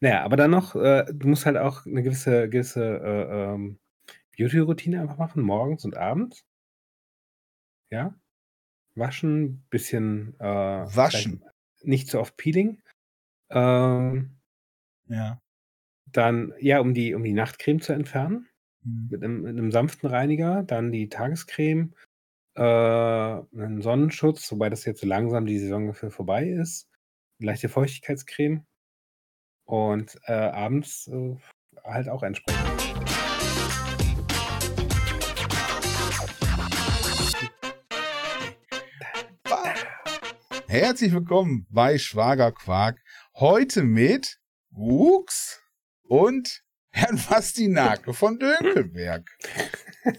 Na ja, aber dann noch äh, du musst halt auch 'ne gewisse gewisse, äh, ähm, Beauty-Routine einfach machen, morgens und abends. Ja? Waschen, bisschen, äh, vielleicht Waschen? nicht zu oft Peeling. Ähm Ja. dann ja, um die um die Nachtcreme zu entfernen Mhm. mit 'nem mit 'nem sanften Reiniger, dann die Tagescreme, äh, 'nen Sonnenschutz, wobei das jetzt so langsam die Saison dafür vorbei ist, leichte Feuchtigkeitscreme und, äh, abends, äh, halt auch entsprechend. Ba Herzlich willkommen bei Schwagerquark. Heute mit Wuchs und Herrn Pastinake von Dönkelberg. Äh,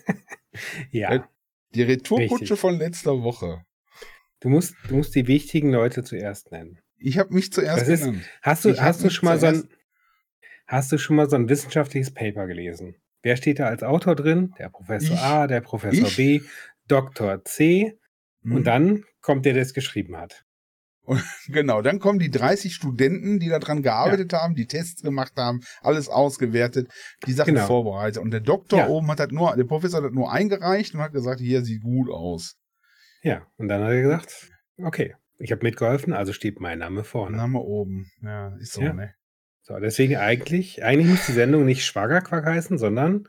Ja, die Retourkutsche richtig. von letzter Woche. Du musst du musst die wichtigen Leute zuerst nennen. Ich habe mich zuerst Das ist genannt. hast du Ich habe hast du mich schon mal so zuerst 'n hast du schon mal so 'n wissenschaftliches Paper gelesen? Wer steht da als Autor drin? Der Professor Ich? A, der Professor Ich? B, Doktor C und Mhm. dann kommt der, der's geschrieben hat. Und genau, dann kommen die 30 Studenten, die da dran Ja. gearbeitet haben, die Tests gemacht haben, alles ausgewertet, die Sachen Genau. vorbereitet. Und der Doktor Ja. oben hat das nur der Professor hat das nur eingereicht und hat gesagt, hier sieht gut aus. Ja, und dann hat er gesagt: „Okay, ich habe mitgeholfen, also steht mein Name vorne.“ Name oben. Ja, ist so, Ja. ne? So, deswegen eigentlich eigentlich muss die Sendung nicht Schwagerquark heißen, sondern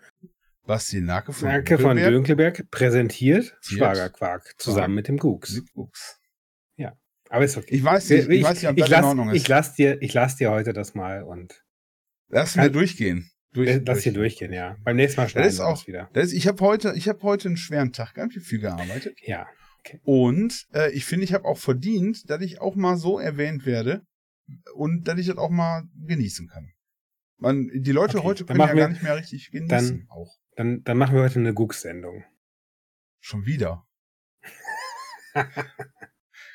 Pastinake von Werke von Dönkelberg. Dönkelberg präsentiert Tiert. Schwagerquark Quark zusammen mit dem Gugs. mit Wuchs. Ja, aber ist okay. Ich weiß Wir nicht, ich ich weiß nicht, ob ich das in lasse Ordnung ich ist. lasse dir ich lasse dir heute das mal und Lass mir kann durchgehen. Durch, Äh, lass hier durchgehen. durchgehen, ja. Beim nächsten Mal Das schneiden ist wir das auch, wieder. das ist, ich habe heute, ich habe heute einen schweren Tag, ganz viel gearbeitet. Ja, okay. Und, äh, ich finde, ich habe auch verdient, dass ich auch mal so erwähnt werde und dass ich das auch mal genießen kann. Man, die Leute Okay, heute dann können ja machen gar wir nicht mehr richtig dann genießen, auch dann dann machen wir heute 'ne Gugs-Sendung. schon wieder.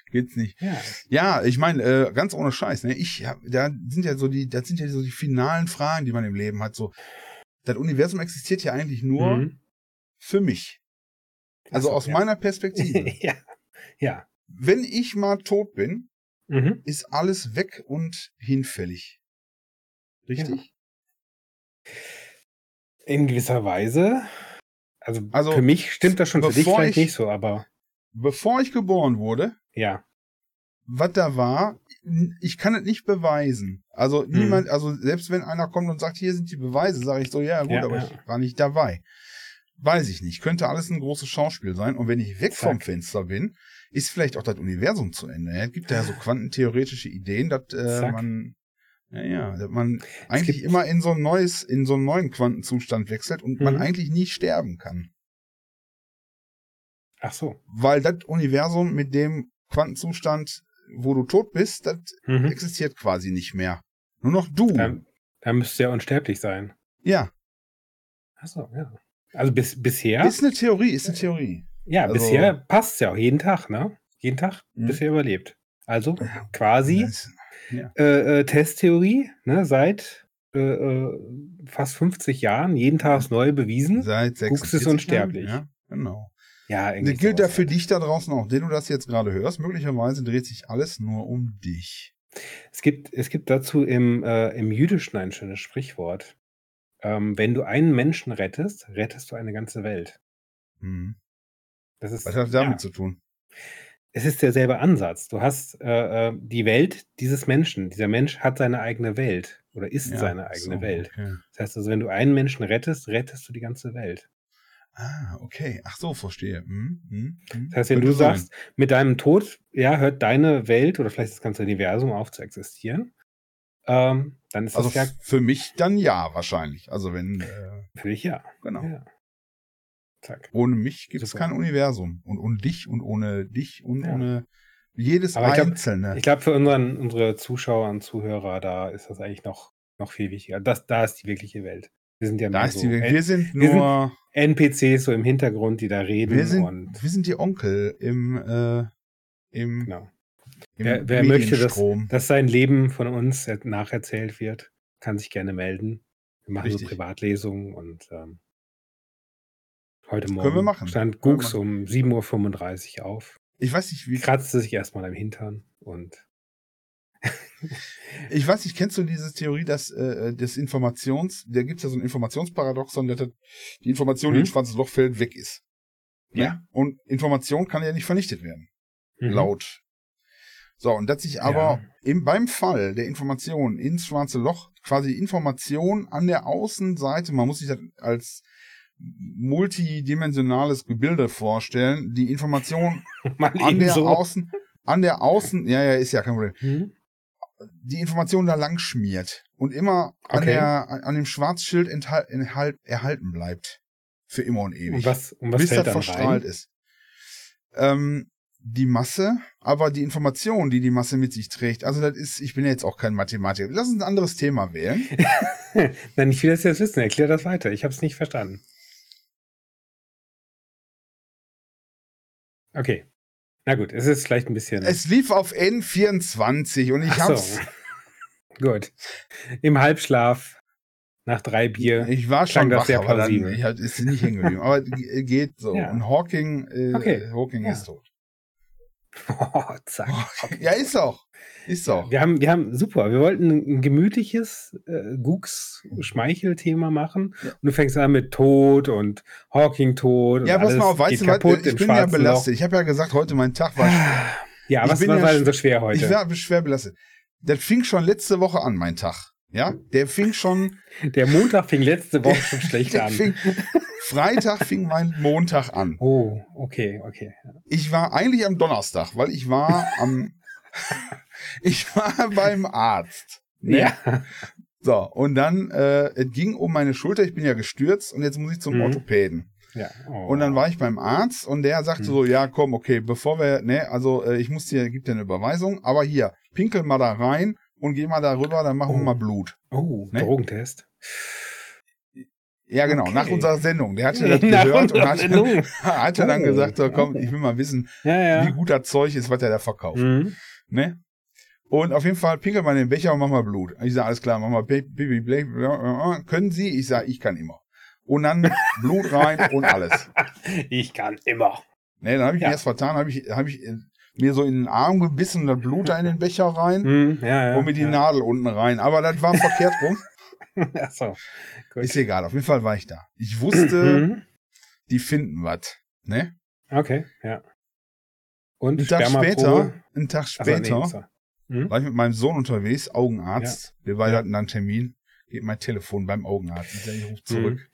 Geht's nicht. Ja. Ja, ich meine, äh, ganz ohne Scheiß, ne? Ich hab, da sind ja so die, das sind ja so die finalen Fragen, die man im Leben hat. So, das Universum existiert ja eigentlich nur Mhm. für mich. Ach Also so, aus ja. meiner Perspektive. Ja, ja. Wenn ich mal tot bin, Mhm. ist alles weg und hinfällig. Ja. Richtig? In gewisser Weise. Also, für Also, mich f stimmt das schon, für dich bevor vielleicht nicht ich, so, aber bevor ich geboren wurde, ja. was da war, n ich kann es nicht beweisen. Also niemand, Mhm. also selbst wenn einer kommt und sagt, hier sind die Beweise, sage ich so, ja gut, Ja, aber ich ja. war nicht dabei. Weiß ich nicht. Könnte alles ein großes Schauspiel sein. Und wenn ich weg vom Zack. Fenster bin, ist vielleicht auch das Universum zu Ende. Es gibt da ja so quantentheoretische Ideen, dass äh, Ah. Zack. man, ja, ja, dass man Es eigentlich gibt immer in so ein neues, in so einen neuen Quantenzustand wechselt und man Mhm. eigentlich nie sterben kann. Ach so. Weil das Universum mit dem Quantenzustand, wo du tot bist, das Mhm. existiert quasi nicht mehr. Nur noch du. Dann dann müsstest du ja unsterblich sein. Ja, Ach so, ja. Also, bis bisher ist eine Theorie, ist eine äh, Theorie. ja, bisher Also, passt's ja auch jeden Tag, ne? Jeden Tag Mhm. bisher überlebt. Also, Ja, quasi das, ja. äh, äh, Testtheorie, ne, seit, äh, äh, fast 50 Jahren, jeden Tag aufs Neue bewiesen, Seit Gugs Hm? ist 46 Jahren, unsterblich. ja, genau. Ja, Das irgendwie gilt ja sowas für halt. dich da draußen auch, den du das jetzt gerade hörst. Möglicherweise dreht sich alles nur um dich. Es gibt es gibt dazu im, äh im Jüdischen ein schönes Sprichwort. Ähm, wenn du einen Menschen rettest, rettest du eine ganze Welt. Mhm. Das Was ist hat das damit ja. zu tun? Es ist derselbe Ansatz. Du hast, äh, äh, die Welt dieses Menschen. Dieser Mensch hat seine eigene Welt oder ist Ja, seine so, eigene Welt. okay. Das heißt also, wenn du einen Menschen rettest, rettest du die ganze Welt. Ah, okay. Ach so, verstehe. Mhm, mhm, Das mhm. heißt, wenn du Könnte sein. sagst, mit deinem Tod, ja, hört deine Welt oder vielleicht das ganze Universum auf zu existieren, ähm, dann ist Also das ja f- für mich dann ja, wahrscheinlich. Also wenn, äh, für dich ja. genau. Ja, zack. Ohne mich gibt es Super. kein Universum. Und ohne dich und ohne dich und Ja. ohne jedes Aber ich glaube, Einzelne. ich glaube, für unseren, unsere Zuschauer und Zuhörer, da ist das eigentlich noch, noch viel wichtiger. Das, da ist die wirkliche Welt. Wir sind ja Da mehr ist die so, Welt. äh, Wir sind wir sind nur, NPCs so im Hintergrund, die da wir reden sind, und wir sind die Onkel im, äh, im, genau. im Wer, wer möchte, dass, Medienstrom. dass sein Leben von uns er- nacherzählt wird, kann sich gerne melden. Wir machen so Richtig. Privatlesungen und ähm, heute Können wir Morgen machen. stand Können wir Gugs machen. um 7:35 Uhr auf, Ich weiß nicht, wie, kratzte sich erstmal am Hintern und Ich weiß nicht, kennst du diese Theorie, dass äh, des Informations, da gibt es ja so ein Informationsparadoxon, dass das- die Information, die Mhm. in ein schwarzes Loch fällt, weg ist. Ne? Ja. Und Information kann ja nicht vernichtet werden, Mhm. laut. So, und dass sich aber im, beim Fall der Information ins schwarze Loch quasi Information an der Außenseite, man muss sich das als multidimensionales Gebilde vorstellen, die Information Mal an eben der so. Außen, an der Außen, ja, ja, ist ja kein Problem Mhm. die Information da lang schmiert und immer an, Okay. der, an, an dem Schwarzschild enthal, enthal, erhalten bleibt. Für immer und ewig. Und was, und was bis fällt das dann verstrahlt rein? ist. Ähm, die Masse, aber die Information, die die Masse mit sich trägt. Also das ist, ich bin ja jetzt auch kein Mathematiker. Lass uns ein anderes Thema wählen. Nein, ich will das jetzt wissen. Erklär das weiter. Ich habe es nicht verstanden. Okay. Na gut, es ist vielleicht ein bisschen. Es lief auf N24 und ich Ach hab's, gut. Im Halbschlaf nach drei Bier. ich war Klang schon das wach, sehr aber dann, plausibel. ich hab, ist nicht hängen geblieben. Aber g- geht so. Ja. Und Hawking, äh, Okay. Hawking Ja. ist tot. Oh, zack. Ja, ist auch. Ist auch. Wir haben, wir haben, super, wir wollten ein gemütliches äh, Gux-Schmeichel-Thema machen. Ja. Und du fängst an mit Tod und Hawking tot. Ja, und pass mal auf, weißt geht du was? kaputt Ich im bin ja schwarzen belastet. Ich habe ja gesagt, heute mein Tag war schwer. Loch. Ja, Ich was, bin was ja war denn sch- so schwer Ich heute? war schwer belastet. Das fing schon letzte Woche an, mein Tag. Ja, der fing schon, Der Montag fing letzte Woche schon schlecht der an. fing, Freitag fing mein Montag an. Oh, okay, okay. Ich war eigentlich am Donnerstag, weil ich war am, ich war beim Arzt. ne? Ja. So, und dann, äh, es ging um meine Schulter, ich bin ja gestürzt und jetzt muss ich zum Mhm. Orthopäden. ja. Oh. Und dann war ich beim Arzt und der sagte Hm. so, ja, komm, okay, bevor wir, ne, also äh, ich muss dir, gib dir eine Überweisung, aber hier, pinkel mal da rein und geh mal da rüber, dann machen wir Oh. mal Blut. Oh, Ne? Drogentest. Ja, genau, Okay. nach unserer Sendung. Der hatte das Nach gehört und unserer hat, Sendung. hat er dann Oh. gesagt, so, komm, ich will mal wissen, Ja, wie ja. gut das Zeug ist, was er da verkauft. Mhm. Ne? Und auf jeden Fall pinkel mal in den Becher und mach mal Blut. Ich sage, alles klar, mach mal Baby Blech. Können Sie? Ich sage, ich kann immer. Und dann Blut rein und alles. Ich kann immer. Ne, dann habe ich Ja. mir erst vertan, habe ich, hab ich äh, mir so in den Arm gebissen und dann Blut da in den Becher rein Mhm. Ja, ja. und mir die ja. Nadel unten rein. Aber das war verkehrt rum. Ach so. Gut. Ist egal, auf jeden Fall war ich da. Ich wusste, Mhm. die finden was. Ne? Okay, ja. Und Einen Tag Spermaprobe. später, einen Tag Ach so, nee, später so. Mhm. war ich mit meinem Sohn unterwegs, Augenarzt. Wir beide Ja. hatten dann einen Termin. Geht mein Telefon beim Augenarzt. Ich sag, Ich rufe zurück.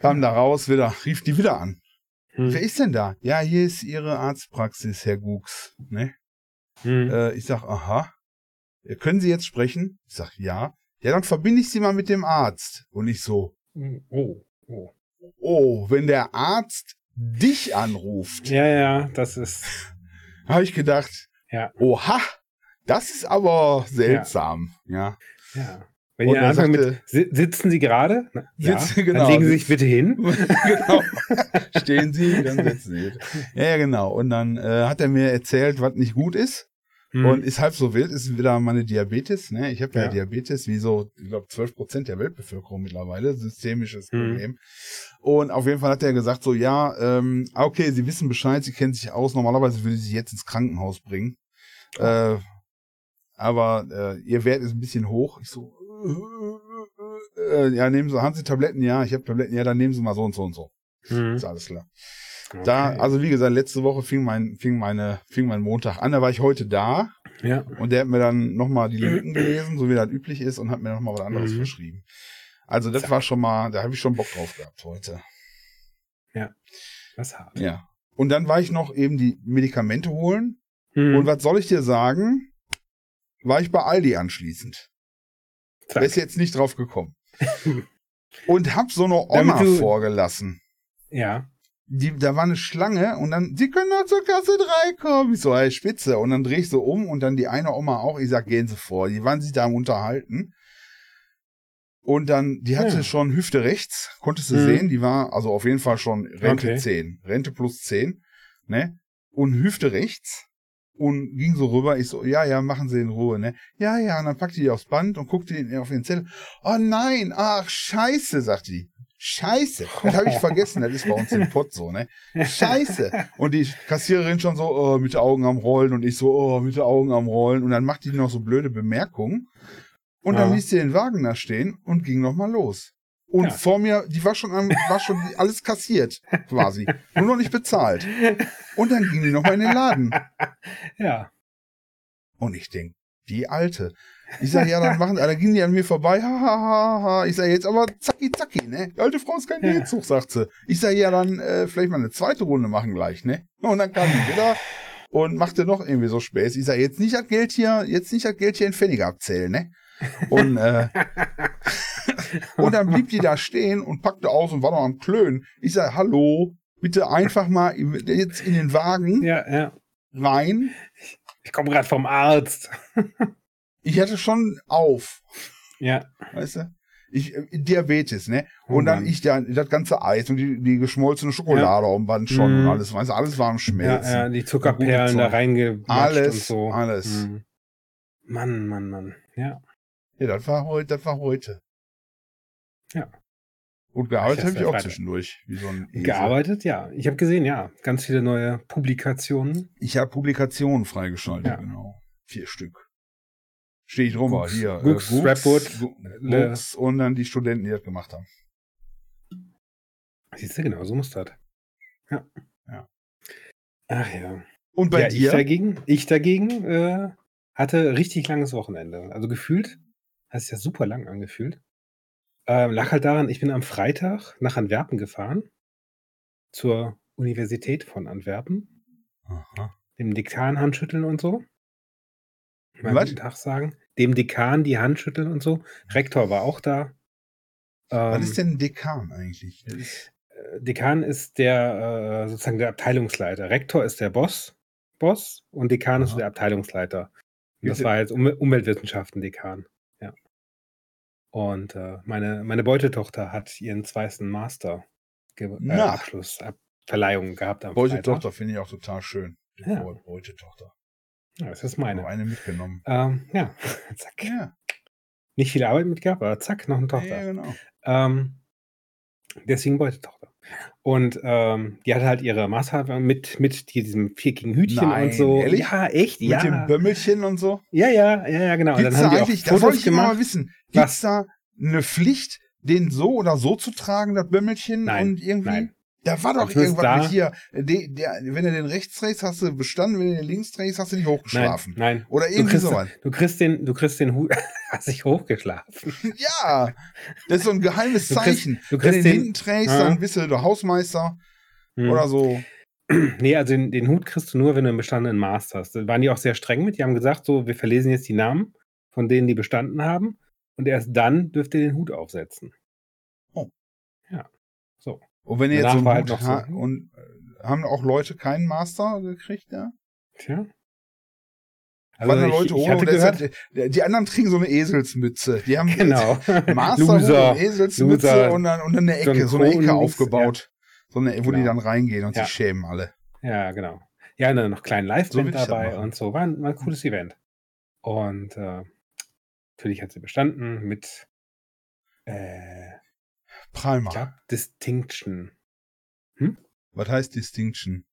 Kam da raus, wieder, rief die wieder an. Mhm. Wer ist denn da? Ja, hier ist Ihre Arztpraxis, Herr Gux. Ne? Mhm. Äh, ich sag, aha. Äh, Können Sie jetzt sprechen? Ich sag, ja. Ja, dann verbinde ich Sie mal mit dem Arzt. Und ich so, Oh, oh. oh, wenn der Arzt dich anruft, Ja, ja, das ist. habe ich gedacht, Ja. oha, das ist aber seltsam. Ja. Ja. Wenn Und ihr er anfangt sagte- mit, si- sitzen Sie gerade? Na, Ja, Sitzen, Dann genau. legen Sie sich bitte hin. genau. Stehen Sie, dann sitzen Sie. Ja, ja, genau. Und dann äh, hat er mir erzählt, was nicht gut ist. Mhm. Und ist halb so wild, ist wieder meine Diabetes. Ne? Ich habe ja, Ja. Diabetes, wie so, ich glaube, 12 Prozent der Weltbevölkerung mittlerweile, systemisches Mhm. Problem. Und auf jeden Fall hat er gesagt, so, ja, ähm, ah, okay, Sie wissen Bescheid, Sie kennen sich aus, normalerweise würde ich Sie jetzt ins Krankenhaus bringen. Oh. Äh, aber äh, Ihr Wert ist ein bisschen hoch. Ich so, äh, äh, äh, ja, nehmen Sie, haben Sie Tabletten? Ja, ich habe Tabletten, ja, dann nehmen Sie mal so und so und so. Mhm. Ist alles klar. Okay. Da, also wie gesagt, letzte Woche fing mein, fing meine, fing mein Montag an, da war ich heute da. ja. Und der hat mir dann nochmal die Lücken gelesen, so wie das üblich ist, und hat mir nochmal was anderes Mhm. verschrieben. Also das war schon mal, da habe ich schon Bock drauf gehabt heute. Das ist hart. Ja. Und dann war ich noch eben die Medikamente holen. Mhm. Und was soll ich dir sagen? War ich bei Aldi anschließend. Zack. Wärst jetzt nicht drauf gekommen. und hab so eine Damit Oma du- vorgelassen. Ja. Die, da war eine Schlange und dann, die können doch zur Kasse 3 kommen. Ich so, hey, spitze. Und dann dreh ich so um und dann die eine Oma auch, ich sag, gehen Sie vor. Die waren sich da am Unterhalten. Und dann, die hatte Ja. schon Hüfte rechts, konntest du Mhm. sehen, die war also auf jeden Fall schon Rente Okay. 10, Rente plus 10, ne? Und Hüfte rechts und ging so rüber, ich so, ja, ja, machen Sie in Ruhe, ne? Ja, ja, und dann packte die aufs Band und guckte ihn auf den Zettel. Oh nein, ach, scheiße, sagt die. Scheiße, das habe ich vergessen, das ist bei uns im Pott so, ne? Scheiße. Und die Kassiererin schon so oh, mit den Augen am Rollen und ich so oh, mit den Augen am Rollen und dann macht die noch so blöde Bemerkungen und dann Ja. ließ sie den Wagen da stehen und ging nochmal los. Und Ja. vor mir, die war schon, am, war schon alles kassiert quasi, nur noch nicht bezahlt. Und dann ging die nochmal in den Laden. Ja. Und ich denk, die alte. Ich sag, ja, dann machen, dann gingen die an mir vorbei, ha, ha, ha, ha. Ich sag, jetzt aber zacki, zacki, ne? Die alte Frau ist kein Ja. Gehzug, sagt sie. Ich sag, ja, dann äh, vielleicht mal eine zweite Runde machen gleich, ne? Und dann kam die wieder und machte noch irgendwie so Späß. Ich sag, jetzt nicht das Geld hier, jetzt nicht das Geld hier in Pfennig abzählen, ne? Und, äh, und dann blieb die da stehen und packte aus und war noch am Klönen. Ich sag, hallo, bitte einfach mal im- jetzt in den Wagen Ja, ja. rein. Ich komme gerade vom Arzt. Ich hatte schon auf. Ja. weißt du? Ich, äh, Diabetes, ne? Oh und dann Mann. ich dann das ganze Eis und die, die geschmolzene Schokolade am Band schon Mhm. und alles, weißt du, alles war am Ja, Schmelzen. ja, die Zuckerperlen Gute da Zeug. reingemacht und Alles, so. alles. Hm. Mann, Mann, Mann. Ja. Ja, das war heute, das war heute. Ja. Und Ach, gearbeitet das habe ich war auch Freitag. zwischendurch, wie so ein Esel. Gearbeitet, ja. Ich habe gesehen, ja. Ganz viele neue Publikationen. Ich habe Publikationen freigeschaltet, Ja. genau. Vier Stück. Stehe ich drum, Gux, hier. äh, Gux, äh, Gux, Strapwood, Gu- Le- Gux und dann die Studenten, die das gemacht haben. Siehst du, genau, so muss das. Ja. Ja. Ach ja. Und bei ja, ich dir? dagegen, ich dagegen äh, hatte richtig langes Wochenende. Also gefühlt, hat sich ja super lang angefühlt. Ähm, lag halt daran, ich bin am Freitag nach Antwerpen gefahren, zur Universität von Antwerpen, Aha. dem Dekan Handschütteln und so. Mal Was? guten Tag sagen. Dem Dekan die Hand schütteln und so. Rektor war auch da. Was Ähm, ist denn ein Dekan eigentlich? Das ist- äh, Dekan ist der äh, sozusagen der Abteilungsleiter. Rektor ist der Boss, Boss und Dekan ist Aha. so der Abteilungsleiter. Und das Gibt's- war jetzt um Umweltwissenschaften Dekan. Ja. Und äh, meine, meine Beutetochter hat ihren zweiten Master ge- äh, Na. Abschluss ab Verleihung gehabt am Beute Freitag. Tochter finde ich auch total schön. Ja. Be- Beute Tochter. Ja, das ist Eine. Noch meine. eine mitgenommen. Ähm, ja, zack. Ja, Nicht viel Arbeit mitgehabt, aber zack, noch eine Tochter. ja genau. Ähm, deswegen Beutetochter. Und ähm, die hatte halt ihre Maßhabe mit, mit diesem viereckigen Hütchen Nein, und so. ehrlich? Ja, echt? Mit dem Ja. Bömmelchen und so. ja, ja, ja, ja, genau. Und Gibt's dann da haben die eigentlich, auch das wollte Fotos ich immer mal gemacht. wissen, Was? gibt's da eine Pflicht, den so oder so zu tragen, das Bömmelchen? Nein, und irgendwie. nein. Da war doch Zumindest irgendwas da- mit hier. De, der, wenn du den rechts trägst, hast du bestanden, wenn du den links trägst, hast du nicht Nein, hochgeschlafen. nein. Oder Du irgendwie kriegst, sowas. du kriegst den, du kriegst den Hut, hast dich hochgeschlafen. Ja, das ist so ein geheimes Du kriegst- Zeichen. du wenn du kriegst den den- hinten trägst, Ja. dann bist du der Hausmeister Hm. oder so. Nee, also den, den Hut kriegst du nur, wenn du einen bestandenen Master hast. Da waren die auch sehr streng mit. Die haben gesagt, so, wir verlesen jetzt die Namen von denen, die bestanden haben. Und erst dann dürft ihr den Hut aufsetzen. Und wenn ihr jetzt Danach so war einen halt Hut noch so- ha- und äh, haben auch Leute keinen Master gekriegt, ja? Tja. Also Waren da Leute ich, ich ohne hatte und deshalb- gehört, die, die anderen kriegen so eine Eselsmütze. Die haben genau. Master Loser. und Eselsmütze Loser. und dann und dann eine So ein Ecke, so eine Ecke Kronenmix, aufgebaut. So eine, wo die Genau. dann reingehen und Ja. sich schämen alle. Ja, genau. Ja, und dann noch kleinen So Liveband würd ich das dabei machen. Mhm. und so. War ein, war ein cooles Event. Und äh, natürlich hat sie bestanden mit äh, ich Primer. glaube, Distinction. Was heißt Distinction?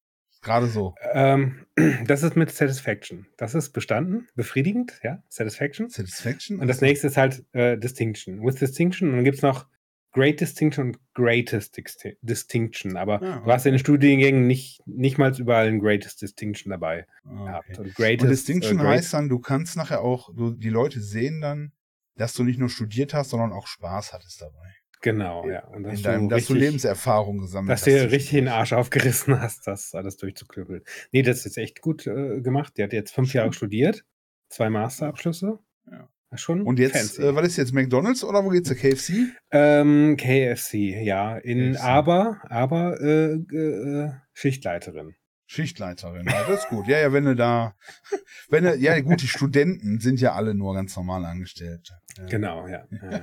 Gerade so. Ähm, das ist mit Satisfaction. Das ist bestanden, befriedigend, ja, Satisfaction. Satisfaction? Und das nächste ist halt äh, Distinction. With Distinction. Und dann gibt es noch Great Distinction und Greatest Dist- Distinction. Aber Ah, du hast in den Studiengängen nicht, nicht mal überall ein Greatest Distinction dabei Ah, gehabt. okay. Und Greatest Und Distinction äh, Great- heißt dann, du kannst nachher auch, du, die Leute sehen dann, dass du nicht nur studiert hast, sondern auch Spaß hattest dabei. Genau, ja. Und In deinem, dass du Lebenserfahrung gesammelt dass hast. du dir richtig den zwischendurch. Arsch aufgerissen hast, das alles durchzuklüppeln. Nee, das ist echt gut äh, gemacht. Die hat jetzt fünf Jahre studiert, zwei Masterabschlüsse. Ja. Schon Und jetzt, fancy. äh, was ist jetzt McDonalds oder wo geht's zu KFC? Ähm, KFC, ja. In KFC. aber, aber äh, g- äh, Schichtleiterin. Schichtleiterin, ja, das ist gut. Ja, ja, wenn du da, wenn du, ja gut, die Studenten sind ja alle nur ganz normal angestellt. Ja. Genau, ja. ja. ja.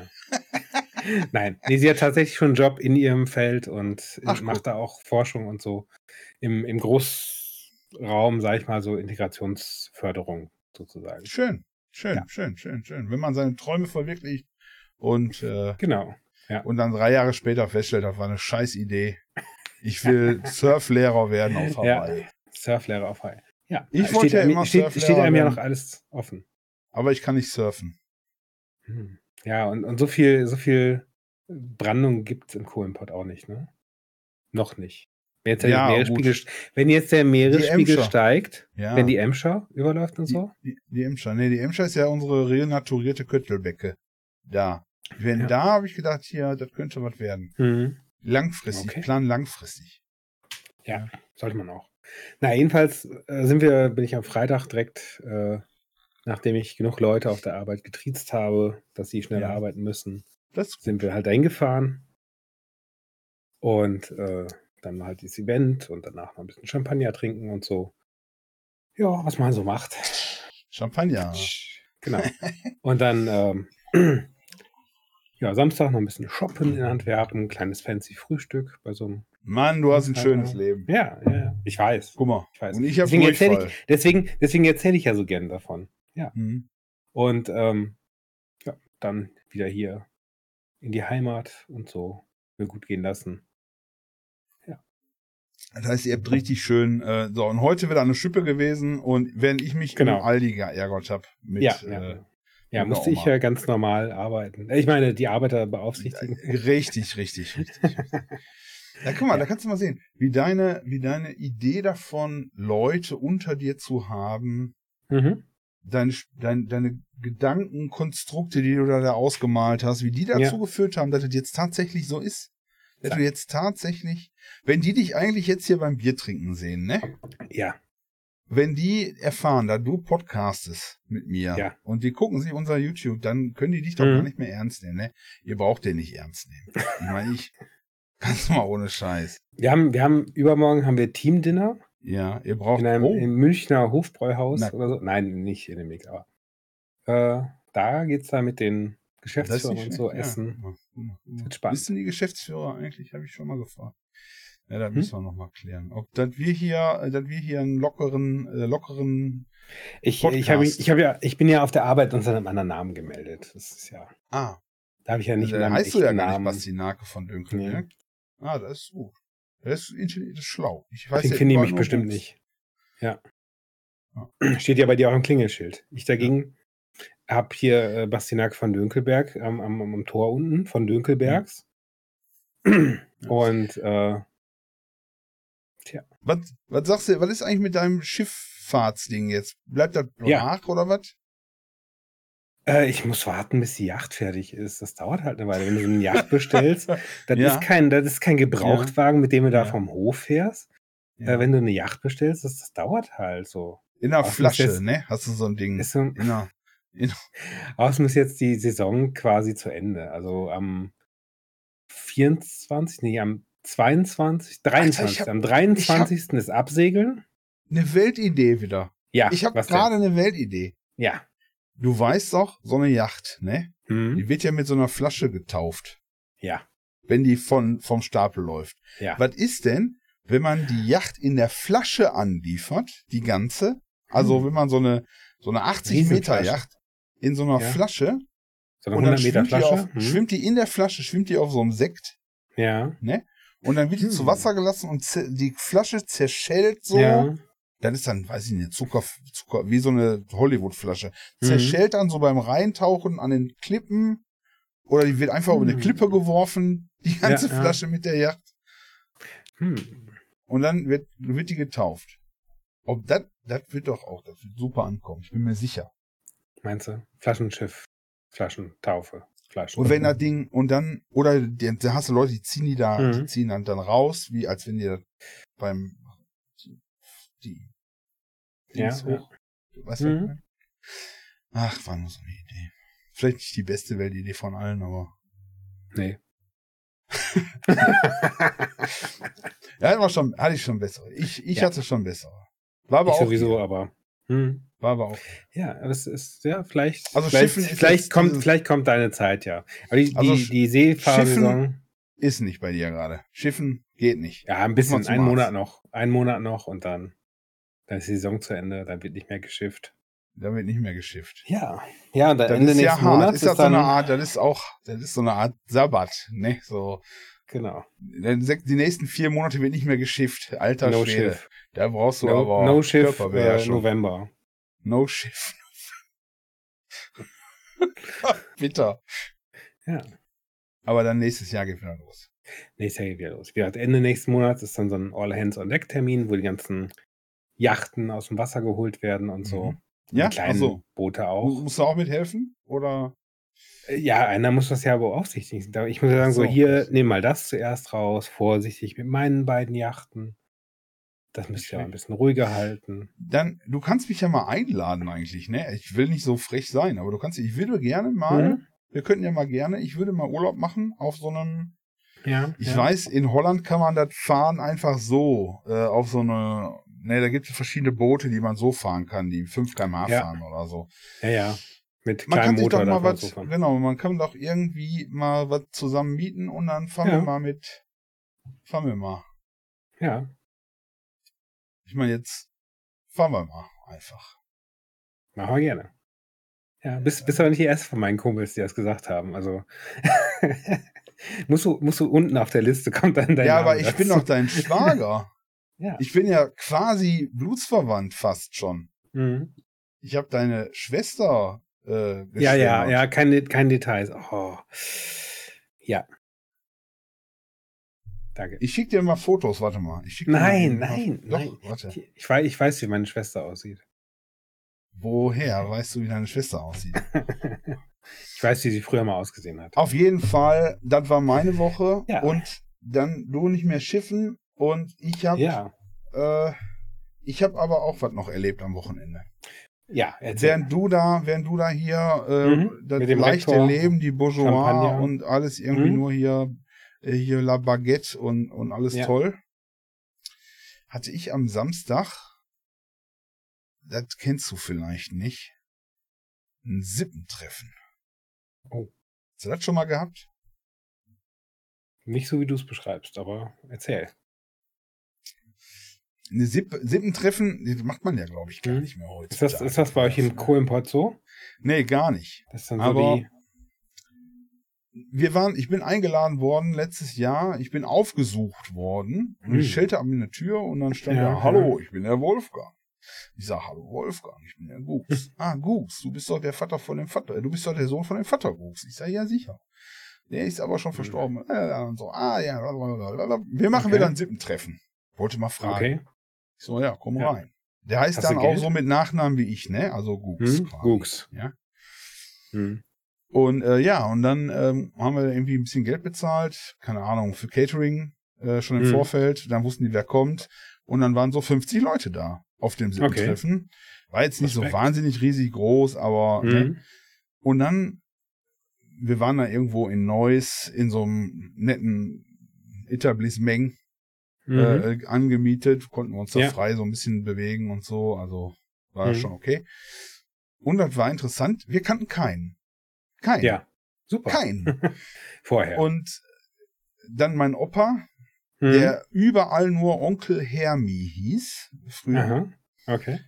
Nein, nee, sie hat tatsächlich schon einen Job in ihrem Feld und äh, Ach, macht da auch Forschung und so im, im Großraum, sag ich mal, so Integrationsförderung sozusagen. Schön, schön, Ja. schön, schön, schön. Wenn man seine Träume verwirklicht und äh, Genau. Ja. und dann drei Jahre später feststellt, das war eine scheiß Idee. Ich will Surflehrer werden auf Hawaii. Surflehrer auf Hawaii. Ja, Ich steht, wollte ja einem- immer steht, Surflehrer steht einem ja werden. noch alles offen. Aber ich kann nicht surfen. Hm. Ja, und, und so viel, so viel Brandung gibt es im Kohlenpott auch nicht, ne? Noch nicht. Wenn jetzt, der Ja, Meeresspiegel, gut. wenn jetzt der Meeresspiegel Emscher. steigt, Ja. wenn die Emscher überläuft und so, Die, die Emscher. Nee, die Emscher ist ja unsere renaturierte Köttelbecke. Da. Wenn Ja. da, habe ich gedacht, hier, das könnte was werden. hm, Langfristig, Okay. plan langfristig. sollte man auch. Na, jedenfalls äh, sind wir, bin ich am Freitag direkt, äh, nachdem ich genug Leute auf der Arbeit getriezt habe, dass sie schneller Ja. arbeiten müssen, Das, sind wir halt eingefahren. Und äh, dann war halt dieses Event und danach noch ein bisschen Champagner trinken und so. Ja, was man so macht. Champagner. Genau. Und dann, ähm, ja, Samstag noch ein bisschen shoppen in Antwerpen, kleines fancy Frühstück bei so einem. Mann, du hast ein Ja. schönes Leben. Ja, ja, ja. ich weiß. Guck mal. Ich weiß. Und ich habe Deswegen erzähl Durchfall. Deswegen, deswegen erzähle ich ja so gern davon. Hm. Und ähm, ja, dann wieder hier in die Heimat und so. Mir gut gehen lassen. Das heißt, ihr habt richtig schön, äh, so, und heute wieder eine Schippe gewesen und während ich mich Genau. im Aldi geärgert habe mit ja, äh, ja. ja mit musste der ich ja ganz normal arbeiten. Äh, Ich meine, die Arbeiter beaufsichtigen. Richtig, richtig, richtig. Ja, guck mal, da kannst du mal sehen, wie deine, wie deine Idee davon, Leute unter dir zu haben, Mhm. deine, deine, deine Gedankenkonstrukte, die du da, da ausgemalt hast, wie die dazu Ja. geführt haben, dass es jetzt tatsächlich so ist. Dass du jetzt tatsächlich, wenn die dich eigentlich jetzt hier beim Bier trinken sehen, ne? Ja, wenn die erfahren, da du podcastest mit mir Ja. und die gucken sich unser YouTube, dann können die dich doch Mhm. gar nicht mehr ernst nehmen. Ne? Ihr braucht den nicht ernst nehmen. Ich meine, ich ganz mal ohne Scheiß. wir haben, wir haben übermorgen haben wir Teamdinner Ja, ihr braucht in einem oh, im Münchner Hofbräuhaus Na. oder so. Nein, nicht in dem Mix, aber äh, da geht's da mit den das ist Geschäftsführern nicht und so schlecht. Ja, essen. guck mal, guck mal, guck mal. wird spannend. Wissen die Geschäftsführer eigentlich? Habe ich schon mal gefragt. Ja, Hm? da müssen wir noch mal klären, ob dass wir hier, äh, dass wir hier einen lockeren, äh, lockeren. Ich, ich, hab, Podcast. ich, hab ja, ich bin ja auf der Arbeit unter einem anderen Namen gemeldet. Das ist ja, Ah, da habe ich ja nicht da meinem heißt du ja echten gar nicht Namen. Basti Nake von Dünkel. Nee. ne? Ah, das ist gut. Das ist, intelligent, das ist schlau. Ich weiß Deswegen ja finde ich überall mich nur bestimmt Gutes. nicht. Ja. Steht ja bei dir auch im Klingelschild. Ich dagegen habe hier äh, Bastinak von Dönkelberg am, am, am am Tor unten von Dönkelbergs. Mhm. Und äh, Was, was sagst du, was ist eigentlich mit deinem Schifffahrtsding jetzt? Bleibt das Ja. brach oder was? äh, ich muss warten, bis die Yacht fertig ist. Das dauert halt eine Weile. Wenn du so eine Yacht bestellst, das, Ja. ist kein, das ist kein Gebrauchtwagen, mit dem du da Ja. vom Hof fährst. Äh, wenn du eine Yacht bestellst, das, das dauert halt so. in einer Ach, Flasche, das ist- ne? Hast du so ein Ding? Genau. Ist so In einer, in, Außen ist jetzt die Saison quasi zu Ende. Also am 24, nee, am 22, 23, hab- am 23. ist Absegeln. eine Weltidee wieder. Ja, ich habe was denn? gerade eine Weltidee. Ja. Du weißt doch, so eine Yacht, ne? Hm? Die wird ja mit so einer Flasche getauft, Ja, wenn die von, vom Stapel läuft. ja. Was ist denn, wenn man die Yacht in der Flasche anliefert, die ganze? Also Hm. wenn man so eine, so eine 80 Meter Riesenflasche. Yacht in so einer Ja. Flasche So eine Und dann 100 Meter schwimmt die, Flasche. auf, Hm? schwimmt die in der Flasche, schwimmt die auf so einem Sekt Ja, und dann wird die Hm. zu Wasser gelassen und zer- die Flasche zerschellt so. ja. Dann ist dann, weiß ich nicht, Zucker, Zucker wie so eine Hollywood-Flasche. Mhm. Zerschellt dann so beim Reintauchen an den Klippen oder die wird einfach über eine Hm. Klippe geworfen, die ganze Ja, ja. Flasche mit der Yacht Hm. und dann wird, wird die getauft. Ob das, das wird doch auch, das wird super ankommen, ich bin mir sicher. Meinst du? Flaschenschiff, Flaschentaufe, Flaschen. Und wenn das Ding, und dann, oder die- da hast du Leute, die ziehen die da, Mhm. die ziehen dann, dann raus, wie als wenn die das beim die Ja, Dings ja. hoch. Weißt du? Mhm. was ich meine? Ach, war nur so eine Idee. Vielleicht nicht die beste Weltidee von allen, aber. Nee. Ja, hatten wir schon, hatte ich schon bessere. Ich, ich Ja. hatte schon bessere. War aber ich auch. sowieso, aber. Hm. War aber auch. Ja, aber es ist, ja, vielleicht. Also vielleicht, Schiffen ist vielleicht, jetzt kommt, dieses- vielleicht kommt deine Zeit, ja. Aber die, Also die, Sch- die Seefahrsaison. Ist nicht bei dir gerade. Schiffen geht nicht. Ja, ein Mal bisschen, zum einen Arzt. Monat noch. Einen Monat noch und dann, dann ist die Saison zu Ende, dann wird nicht mehr geschifft. Da wird nicht mehr geschifft. Ja. Ja, und dann Das Äh, Ende ist ja nächsten hart. Monats ist ist, das so dann. eine Art, das ist auch, das ist so eine Art Sabbat, ne? So, genau. dann sech- die nächsten vier Monate wird nicht mehr geschifft. Alter no Schwede. Shift. Da brauchst du No, aber no Shift äh, Körperbeherrschung. November. no Shift. Bitter. Ja. Aber dann nächstes Jahr geht wieder los. Nächstes Jahr geht wieder los. Wie gesagt, Ende nächsten Monats ist dann so ein All-Hands-on-Deck-Termin, wo die ganzen Yachten aus dem Wasser geholt werden und so. Mhm. Ja, Die kleinen ach so. Boote auch. Musst du auch mithelfen? Oder? Ja, einer muss das ja beaufsichtigen. Da- Ich muss ja sagen, so, So. hier, nimm mal das zuerst raus, vorsichtig mit meinen beiden Yachten. Das müsst ihr Okay. auch ein bisschen ruhiger halten. Dann, du kannst mich ja mal einladen eigentlich, ne? Ich will nicht so frech sein, aber du kannst, ich würde gerne mal, Mhm. wir könnten ja mal gerne, ich würde mal Urlaub machen auf so einem, Ja. ich ja. weiß, in Holland kann man das fahren einfach so, äh, auf so eine, ne, da gibt es verschiedene Boote, die man so fahren kann, die 5 km/h Ja. fahren oder so. Ja, ja. Mit Man kann kleinem sich Motor doch darf mal man was, so fahren. genau, man kann doch irgendwie mal was zusammen mieten und dann fahren Ja. wir mal mit, fahren wir mal. Ja, Ich meine, jetzt fahren wir mal einfach. machen wir gerne. Ja, bist, bist aber nicht die erste von meinen Kumpels, die das gesagt haben. Also musst, du, musst du unten auf der Liste kommt dann dein ja, Name aber ich bin dazu. doch dein Schwager. Ja. Ich bin ja quasi blutsverwandt fast schon. Mhm. Ich habe deine Schwester äh, ja, ja, geschwängert. ja, keine, keine Details. Oh. Ja. Danke. Ich schick dir mal Fotos, warte mal. Ich schick dir Nein, mal nein, Doch, nein. warte. Ich, ich, weiß, ich weiß, wie meine Schwester aussieht. Woher weißt du, wie deine Schwester aussieht? ich weiß, wie sie früher mal ausgesehen hat. Auf jeden Fall, das war meine Woche Ja. und dann du nicht mehr schiffen und ich habe Ja, äh, ich habe aber auch was noch erlebt am Wochenende. ja, erzähl. Während du da, während du da hier äh, Mhm, das mit dem leichte Rektor, Leben, die Bourgeois Champagner. und alles irgendwie Mhm. nur hier, äh, hier La Baguette und, und alles Ja. toll, hatte ich am Samstag, das kennst du vielleicht nicht, ein Sippentreffen. Oh. Hast du das schon mal gehabt? Nicht so, wie du es beschreibst, aber erzähl. Eine Sipp Sippentreffen, das macht man ja, glaube ich, gar Mhm. nicht mehr heute. Ist das, ist das bei euch im Co-Import so? Nee, gar nicht. Das ist dann so Aber- die. wir waren, ich bin eingeladen worden letztes Jahr, ich bin aufgesucht worden und Hm. ich schellte an der Tür und dann stand Ja, da, hallo, ich bin der Wolfgang. Ich sag, hallo Wolfgang, ich bin der Gugs. Hm. ah, Gugs, du bist doch der Vater von dem Vater, du bist doch der Sohn von dem Vater Gugs. Ich sag, ja sicher. Der ist aber schon verstorben. Äh, Und so, ah ja, blablabla. wir machen Hm. Okay. wieder ein Sippentreffen. Wollte mal fragen. Okay. Ich so, ja, komm Ja. rein. Der heißt Hast du dann auch Geld? so mit Nachnamen wie ich, ne? Also Gugs. Hm? quasi. Gugs. Ja. Hm. Und äh, ja, und dann ähm, haben wir irgendwie ein bisschen Geld bezahlt, keine Ahnung, für Catering äh, schon im Mhm. Vorfeld. Dann wussten die, wer kommt. Und dann waren so 50 Leute da auf dem siebten Okay. Treffen. War jetzt nicht Respekt. so wahnsinnig riesig groß, aber ne? Hm. und dann, wir waren da irgendwo in Neuss, in so einem netten Etablissement Mhm. äh, angemietet, konnten wir uns da Ja. frei so ein bisschen bewegen und so, also war Mhm. schon okay. Und das war interessant, wir kannten keinen. Keinen. Ja, super. Keinen. Vorher. Und dann mein Opa, Hm. der überall nur Onkel Hermi hieß, früher. Aha. Okay.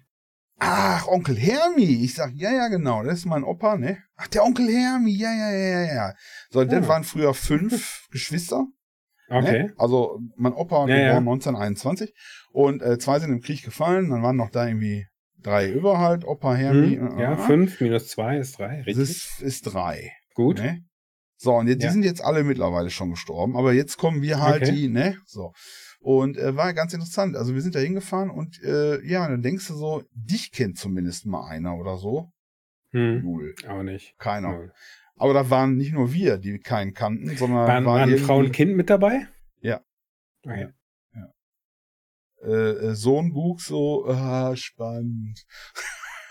Ach, Onkel Hermi. Ich sag, ja, ja, genau, das ist mein Opa, ne? Ach, der Onkel Hermi, ja, ja, ja, ja, ja. So, Ah. das waren früher fünf Geschwister. Okay. Ne? Also mein Opa Ja, geboren ja. 1921 und äh, zwei sind im Krieg gefallen, dann waren noch da irgendwie drei über halt, Opa Hermi. Hm. äh, Ja, äh, 5 minus 2 ist 3, Das richtig? ist, ist drei. Gut. Ne? So, und jetzt, Ja. die sind jetzt alle mittlerweile schon gestorben, aber jetzt kommen wir halt Okay. die, ne? So. Und äh, war ganz interessant. Also wir sind da hingefahren und äh, ja, dann denkst du so, dich kennt zumindest mal einer oder so. Hm. Null. Auch nicht. Keiner. Null. Aber da waren nicht nur wir, die keinen kannten, sondern Waren, waren irgendwie, Frau und Kind mit dabei? Ja. Okay. äh, äh, Sohn Gugs so, ah, spannend.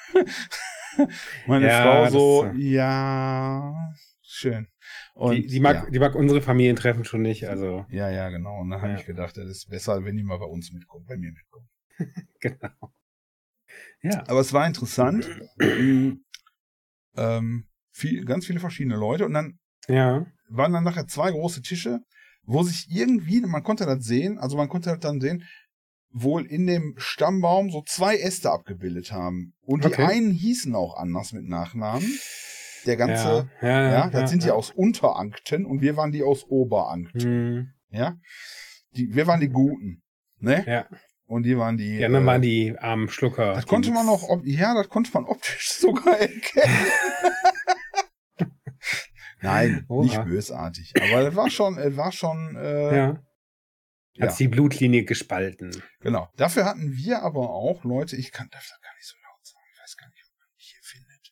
Meine Ja, Frau das- so, ja, schön. Und die, die, mag, ja. die mag unsere Familientreffen schon nicht, also Ja, ja, genau. Und dann Ja. habe ich gedacht, das ist besser, wenn die mal bei uns mitkommen, bei mir mitkommen. genau. Ja. Aber es war interessant. Mhm. ähm, viel, ganz viele verschiedene Leute. Und dann Ja. waren dann nachher zwei große Tische, wo sich irgendwie, man konnte das sehen, also man konnte das halt dann sehen, wohl in dem Stammbaum so zwei Äste abgebildet haben. Und die Okay. einen hießen auch anders mit Nachnamen. Der ganze, ja, ja, ja, ja, das sind die aus Unterankten und wir waren die aus Oberankten. Hm, Ja. Die, wir waren die Guten. Ne? Ja. Und die waren die. Die anderen äh, waren die armen Schlucker. Das die konnte man nix- noch, op- ja, das konnte man optisch sogar erkennen. Nein, Oha. nicht bösartig. Aber das war schon, äh, war schon, äh, Ja. Hat Ja. die Blutlinie gespalten. genau. Dafür hatten wir aber auch Leute, ich kann, darf das gar nicht so laut sagen, ich weiß gar nicht, ob man mich hier findet.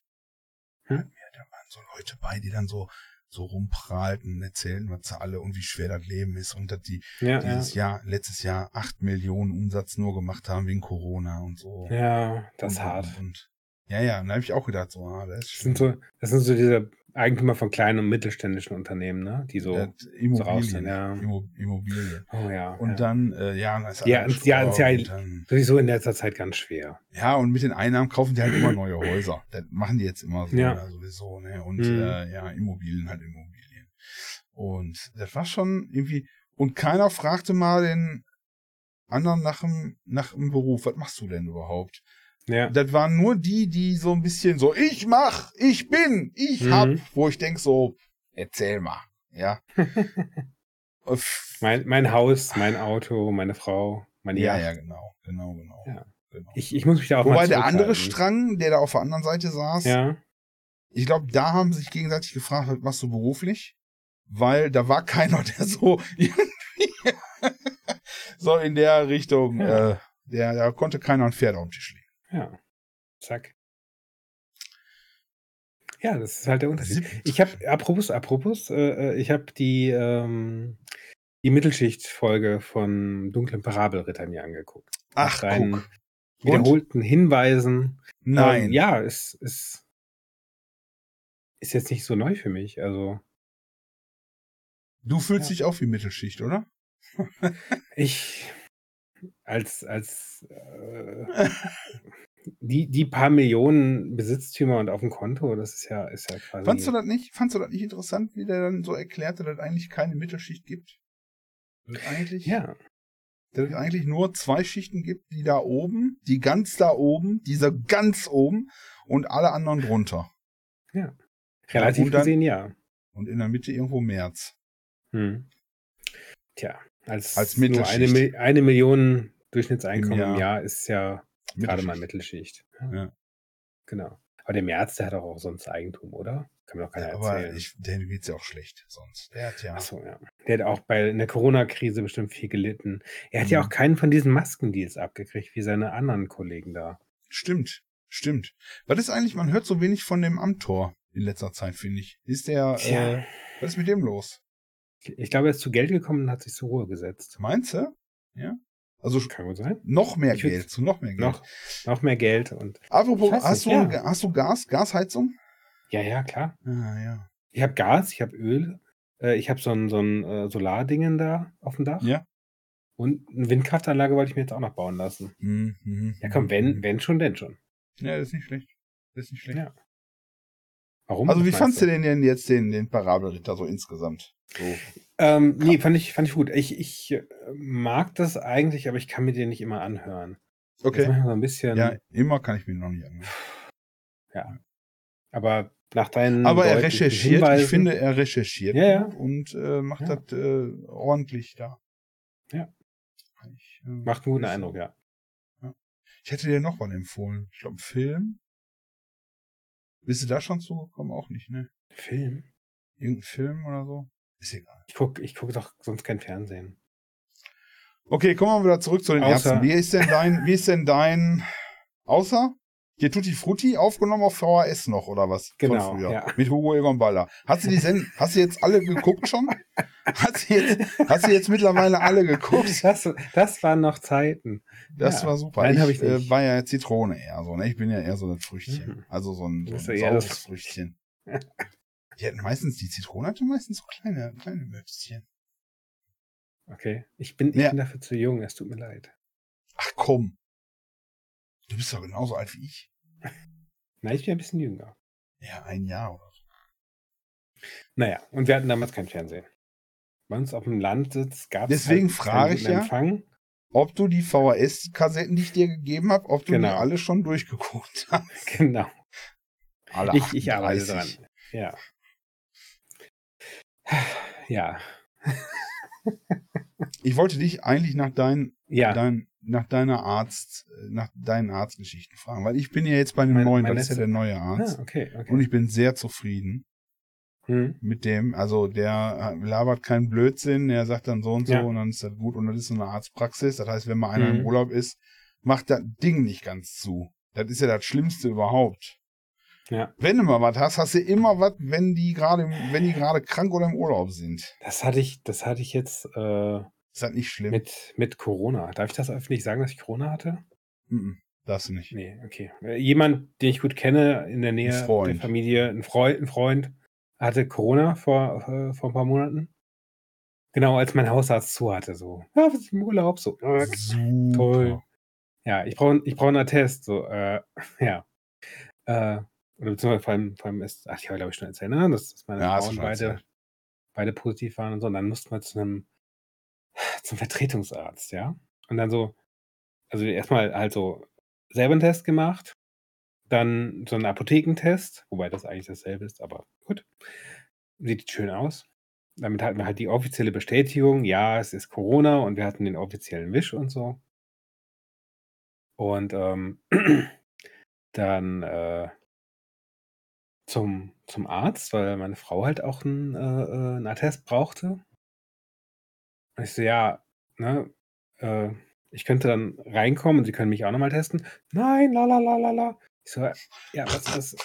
Hm? Ja, da waren so Leute bei, die dann so, so rumprahlten, erzählen, was sie alle und wie schwer das Leben ist und dass die Ja, ja. dieses Jahr, letztes Jahr acht Millionen Umsatz nur gemacht haben wegen Corona und so. ja, das ist und, hart. Und, und, ja, ja, und da habe ich auch gedacht, so, ah, das ist Das sind, so, das sind so diese Eigentümer von kleinen und mittelständischen Unternehmen, ne? Die so. Äh, rausgehen, Immobilien. ja. Immo Immobilien. oh ja. Und ja. dann, äh, ja, dann ist Ja, alles und- ja, halt- und Schrott sie- und dann, Sowieso in letzter Zeit ganz schwer. ja, und mit den Einnahmen kaufen die halt immer neue Häuser. Das machen die jetzt immer so Ja. oder sowieso, ne? Und Mhm. äh, ja, Immobilien halt Immobilien. Und das war schon irgendwie. Und keiner fragte mal den anderen nach dem, nach dem Beruf, was machst du denn überhaupt? Ja. Das waren nur die, die so ein bisschen so, ich mach, ich bin, ich Mhm. hab, wo ich denk so, erzähl mal, ja. Mein, mein Haus, mein Auto, meine Frau, meine Ja, Yacht. ja, genau, genau, genau. Ja. genau. Ich, ich muss mich da auch Wobei mal der andere zurückhalten. Strang, der da auf der anderen Seite saß, Ja, ich glaube, da haben sie sich gegenseitig gefragt, was machst du beruflich? Weil da war keiner, der so irgendwie so in der Richtung, Ja. äh, der, da konnte keiner ein Pferd auf den Tisch legen. ja. Zack. Ja, das ist halt der Unterschied. Sieb- Ich habe, apropos, apropos, äh, äh, ich habe die, ähm, die Mittelschicht-Folge von Dunklem Parabelritter mir angeguckt. Ach, Nach deinen guck. Und? Wiederholten Hinweisen. Nein. Ähm, ja, es ist, ist jetzt nicht so neu für mich. Also, Du Ja. fühlst dich auch wie Mittelschicht, oder? ich, als, als, äh, die, die paar Millionen Besitztümer und auf dem Konto, das ist ja, ist ja quasi. Fandst du das nicht? Fandst du das nicht interessant, wie der dann so erklärte, dass es eigentlich keine Mittelschicht gibt? Dass es Äh, eigentlich, Ja, dass es eigentlich nur zwei Schichten gibt, die da oben, die ganz da oben, diese ganz oben und alle anderen drunter. relativ und dann- gesehen ja. Und in der Mitte irgendwo März. Hm. Tja, als, Als nur eine, Mittelschicht. Mi- eine Million Durchschnittseinkommen Im im Jahr. Jahr, ist ja gerade mal Mittelschicht. Ja. Genau. Aber der März, der hat doch auch sonst Eigentum, oder? Kann mir doch keiner Ja, aber erzählen. ich, dem geht's ja auch schlecht sonst. Der hat ja. Achso, ja. Der hat auch bei in der Corona-Krise bestimmt viel gelitten. Er hat ja Mhm. auch keinen von diesen Maskendeals abgekriegt, wie seine anderen Kollegen da. Stimmt, stimmt. Was ist eigentlich, man hört so wenig von dem Amtor in letzter Zeit, finde ich. Ist der, Tja. äh, was ist mit dem los? Ich glaube, er ist zu Geld gekommen und hat sich zur Ruhe gesetzt. Meinst du? Ja. Also Kann gut sein. noch mehr Ich würd- Geld, zu noch mehr Geld. Noch, noch mehr Geld und. Apropos, Ich weiß hast, nicht, du, ja. hast du Gas, Gasheizung? Ja, ja, klar. Ah, ja. Ich habe Gas, ich habe Öl, äh, ich habe so ein, so ein äh, Solardingen da auf dem Dach. Ja. Und eine Windkraftanlage wollte ich mir jetzt auch noch bauen lassen. Mhm, mhm, Ja, komm, mhm, wenn, mhm. wenn schon, denn schon. Ja, das ist nicht schlecht. Das ist nicht schlecht. Ja. Warum? Also, Was wie meinst fandst du denn denn jetzt den, den Parabelritter so insgesamt? So. Ähm, nee, fand ich, fand ich gut. Ich, ich äh, mag das eigentlich, aber ich kann mir den nicht immer anhören. Das ist Okay. manchmal so ein bisschen. Ja, immer kann ich mir noch nicht anhören. Aber nach deinen. Aber er deutlichen recherchiert, ich Hinweisen- finde, er recherchiert Hm, Ja, ja. und äh, macht Ja. das äh, ordentlich da. Ja. Ich, äh, Macht einen guten Eindruck, ja. Ich hätte dir noch was empfohlen. Ich glaube, Film. Bist du da schon zugekommen? Auch nicht, ne? Film? Irgendein Film oder so? Ist egal. Ich gucke ich guck doch sonst kein Fernsehen. Okay, kommen wir wieder zurück zu den Außer- Ärzten. Wie ist denn dein, wie ist denn dein, außer hier Tutti Frutti aufgenommen auf VHS noch oder was? Von Genau, früher. ja. Mit Hugo Egon Baller. Hast du die Send hast du jetzt alle geguckt schon? Hast du jetzt, hast du jetzt mittlerweile alle geguckt? Das, das waren noch Zeiten. Das Ja. war super. Nein, hab ich äh, nicht. war ja Zitrone eher so, ne? Ich bin ja eher so ein Früchtchen. Mhm. Also so ein, so ein Bist du eher das- saures Früchtchen. Die hatten meistens, die Zitrone hatte meistens so kleine, kleine Möpschen. Okay. Ich bin, ich Ja. bin dafür zu jung, es tut mir leid. Ach komm. Du bist doch genauso alt wie ich. Na, ich bin ein bisschen jünger. Ja, ein Jahr oder Naja, und wir hatten damals kein Fernsehen. Bei uns auf dem Landsitz gab es Deswegen frage ich ja. halt Empfang ob du die VHS-Kassetten, die ich dir gegeben habe, ob du Genau. die alle schon durchgeguckt hast. Genau. Alle Ich, ich arbeite 38. dran. Ja. Ja. Ich wollte dich eigentlich nach deinen, Ja. dein, nach deiner Arzt, äh, nach deinen Arztgeschichten fragen, weil ich bin ja jetzt bei dem Mein- neuen, mein weil das ist ja letzter- der neue Arzt. Ah, okay, okay. Und ich bin sehr zufrieden hm. mit dem. Also der labert keinen Blödsinn, er sagt dann so und so Ja. und dann ist das gut und das ist so eine Arztpraxis. Das heißt, wenn mal einer im Mhm. Urlaub ist, macht das Ding nicht ganz zu. Das ist ja das Schlimmste überhaupt. Ja. Wenn du mal was hast, hast du immer was, wenn die gerade, im- wenn die gerade krank oder im Urlaub sind. Das hatte ich, das hatte ich jetzt äh, Ist das nicht schlimm? mit, mit Corona. Darf ich das öffentlich sagen, dass ich Corona hatte? Mhm. Darfst du nicht. Nee, okay. Äh, Jemand, den ich gut kenne, in der Nähe Ein Freund. der Familie, ein Freund, ein Freund, hatte Corona vor, äh, vor ein paar Monaten. Genau, als mein Hausarzt zu hatte, so. Ja, was ist im Urlaub? So. äh, Super. Toll. Ja, ich brauche ich brauch einen Attest. So, äh, ja. Äh, oder beziehungsweise vor allem, vor allem ist, ach, ich habe glaube ich schon erzählt, ne? dass dass meine Ja, hast du Frauen schon beide, erzählt. beide positiv waren und so. Und dann mussten wir zu einem, zum Vertretungsarzt, ja. Und dann so, also erstmal halt so selber einen Test gemacht, dann so einen Apothekentest, wobei das eigentlich dasselbe ist, aber gut. Sieht schön aus. Damit hatten wir halt die offizielle Bestätigung, ja, es ist Corona und wir hatten den offiziellen Wisch und so. Und ähm, dann äh, zum, zum Arzt, weil meine Frau halt auch einen, äh, äh, einen Attest brauchte. Und ich so, ja, ne, äh, ich könnte dann reinkommen und sie können mich auch nochmal testen. Nein, la la la la la. Ich so, ja, was, was?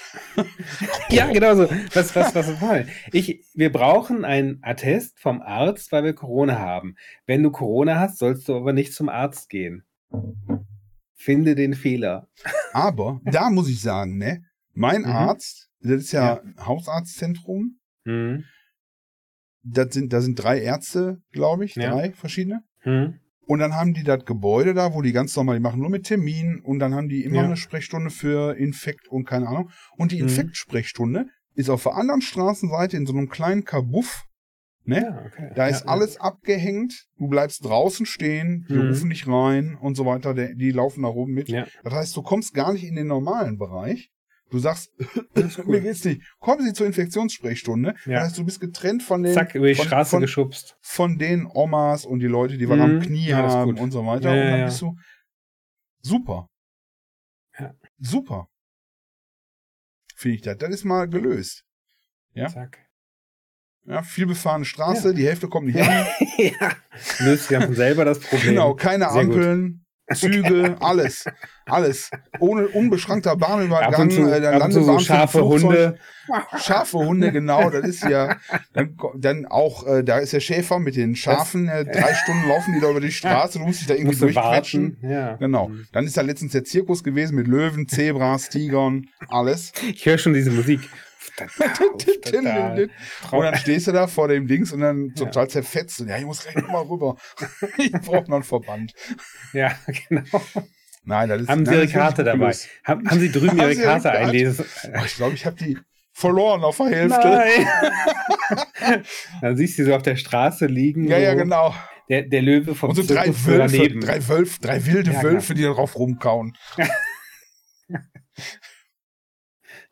ja, genau so. Was, was, was wollen? Ich, wir brauchen einen Attest vom Arzt, weil wir Corona haben. Wenn du Corona hast, sollst du aber nicht zum Arzt gehen. Finde den Fehler. Aber da muss ich sagen, ne? Mein Mhm. Arzt, das ist ja, Hausarztzentrum, Hm, das sind, da sind drei Ärzte, glaube ich, Ja. drei verschiedene. hm, Und dann haben die das Gebäude da, wo die ganz normal, die machen nur mit Terminen und dann haben die immer Ja. eine Sprechstunde für Infekt und keine Ahnung. Und die Mhm. Infektsprechstunde ist auf der anderen Straßenseite in so einem kleinen Kabuff, ne? Ja, okay. Da ja, ist alles abgehängt, du bleibst draußen stehen, die Mhm. rufen dich rein und so weiter, der- die laufen da rum mit. Ja. Das heißt, du kommst gar nicht in den normalen Bereich. Du sagst, Ja, das ist mir cool. geht's nicht. Kommen Sie zur Infektionssprechstunde. Ja. Das heißt, du bist getrennt von den, Zack, über die von- Straße von- geschubst. von den Omas und die Leute, die was Mhm. am Knie Ja, das ist haben gut. und so weiter. Ja, und dann ja, ja. bist du super. Ja. Super. Finde ich das. Das ist mal gelöst. Ja. Zack. Ja, viel befahrene Straße, Ja. die Hälfte kommt nicht an. ja. Löst sich ja von selber das Problem. Genau, keine Sehr gut. Ampeln, Züge, alles. Alles. Ohne unbeschrankter Ab und Bahnübergang, zu, äh, dann ab und zu Landebahn so für scharfe Flugzeug. Hunde. Schafe, Hunde, genau, das ist ja. Dann, ko- dann auch, äh, da ist der Schäfer mit den Schafen, äh, drei Stunden laufen die da über die Straße, du musst dich da irgendwie Musst du warten. durchquetschen. Ja. Genau. Mhm. Dann ist da letztens der Zirkus gewesen mit Löwen, Zebras, Tigern, alles. Ich höre schon diese Musik. Und dann stehst du da vor dem Dings und dann total zerfetzt. Und, ja, ich muss gleich nochmal rüber. ich brauche noch einen Verband. ja, genau. Nein, das ist Haben Sie nein, Ihre das ist Karte nicht dabei? gelöst. Haben, haben Sie drüben Haben Ihre Sie Ihre Karte Karte? einlesen? Oh, ich glaube, ich habe die verloren auf der Hälfte. Nein. dann siehst du sie so auf der Straße liegen. Ja, ja, so. genau. Der, der Löwe vom Und so drei Zirkus Wölfe, daneben. drei Wölfe, drei wilde Ja, Wölfe, die da drauf rumkauen.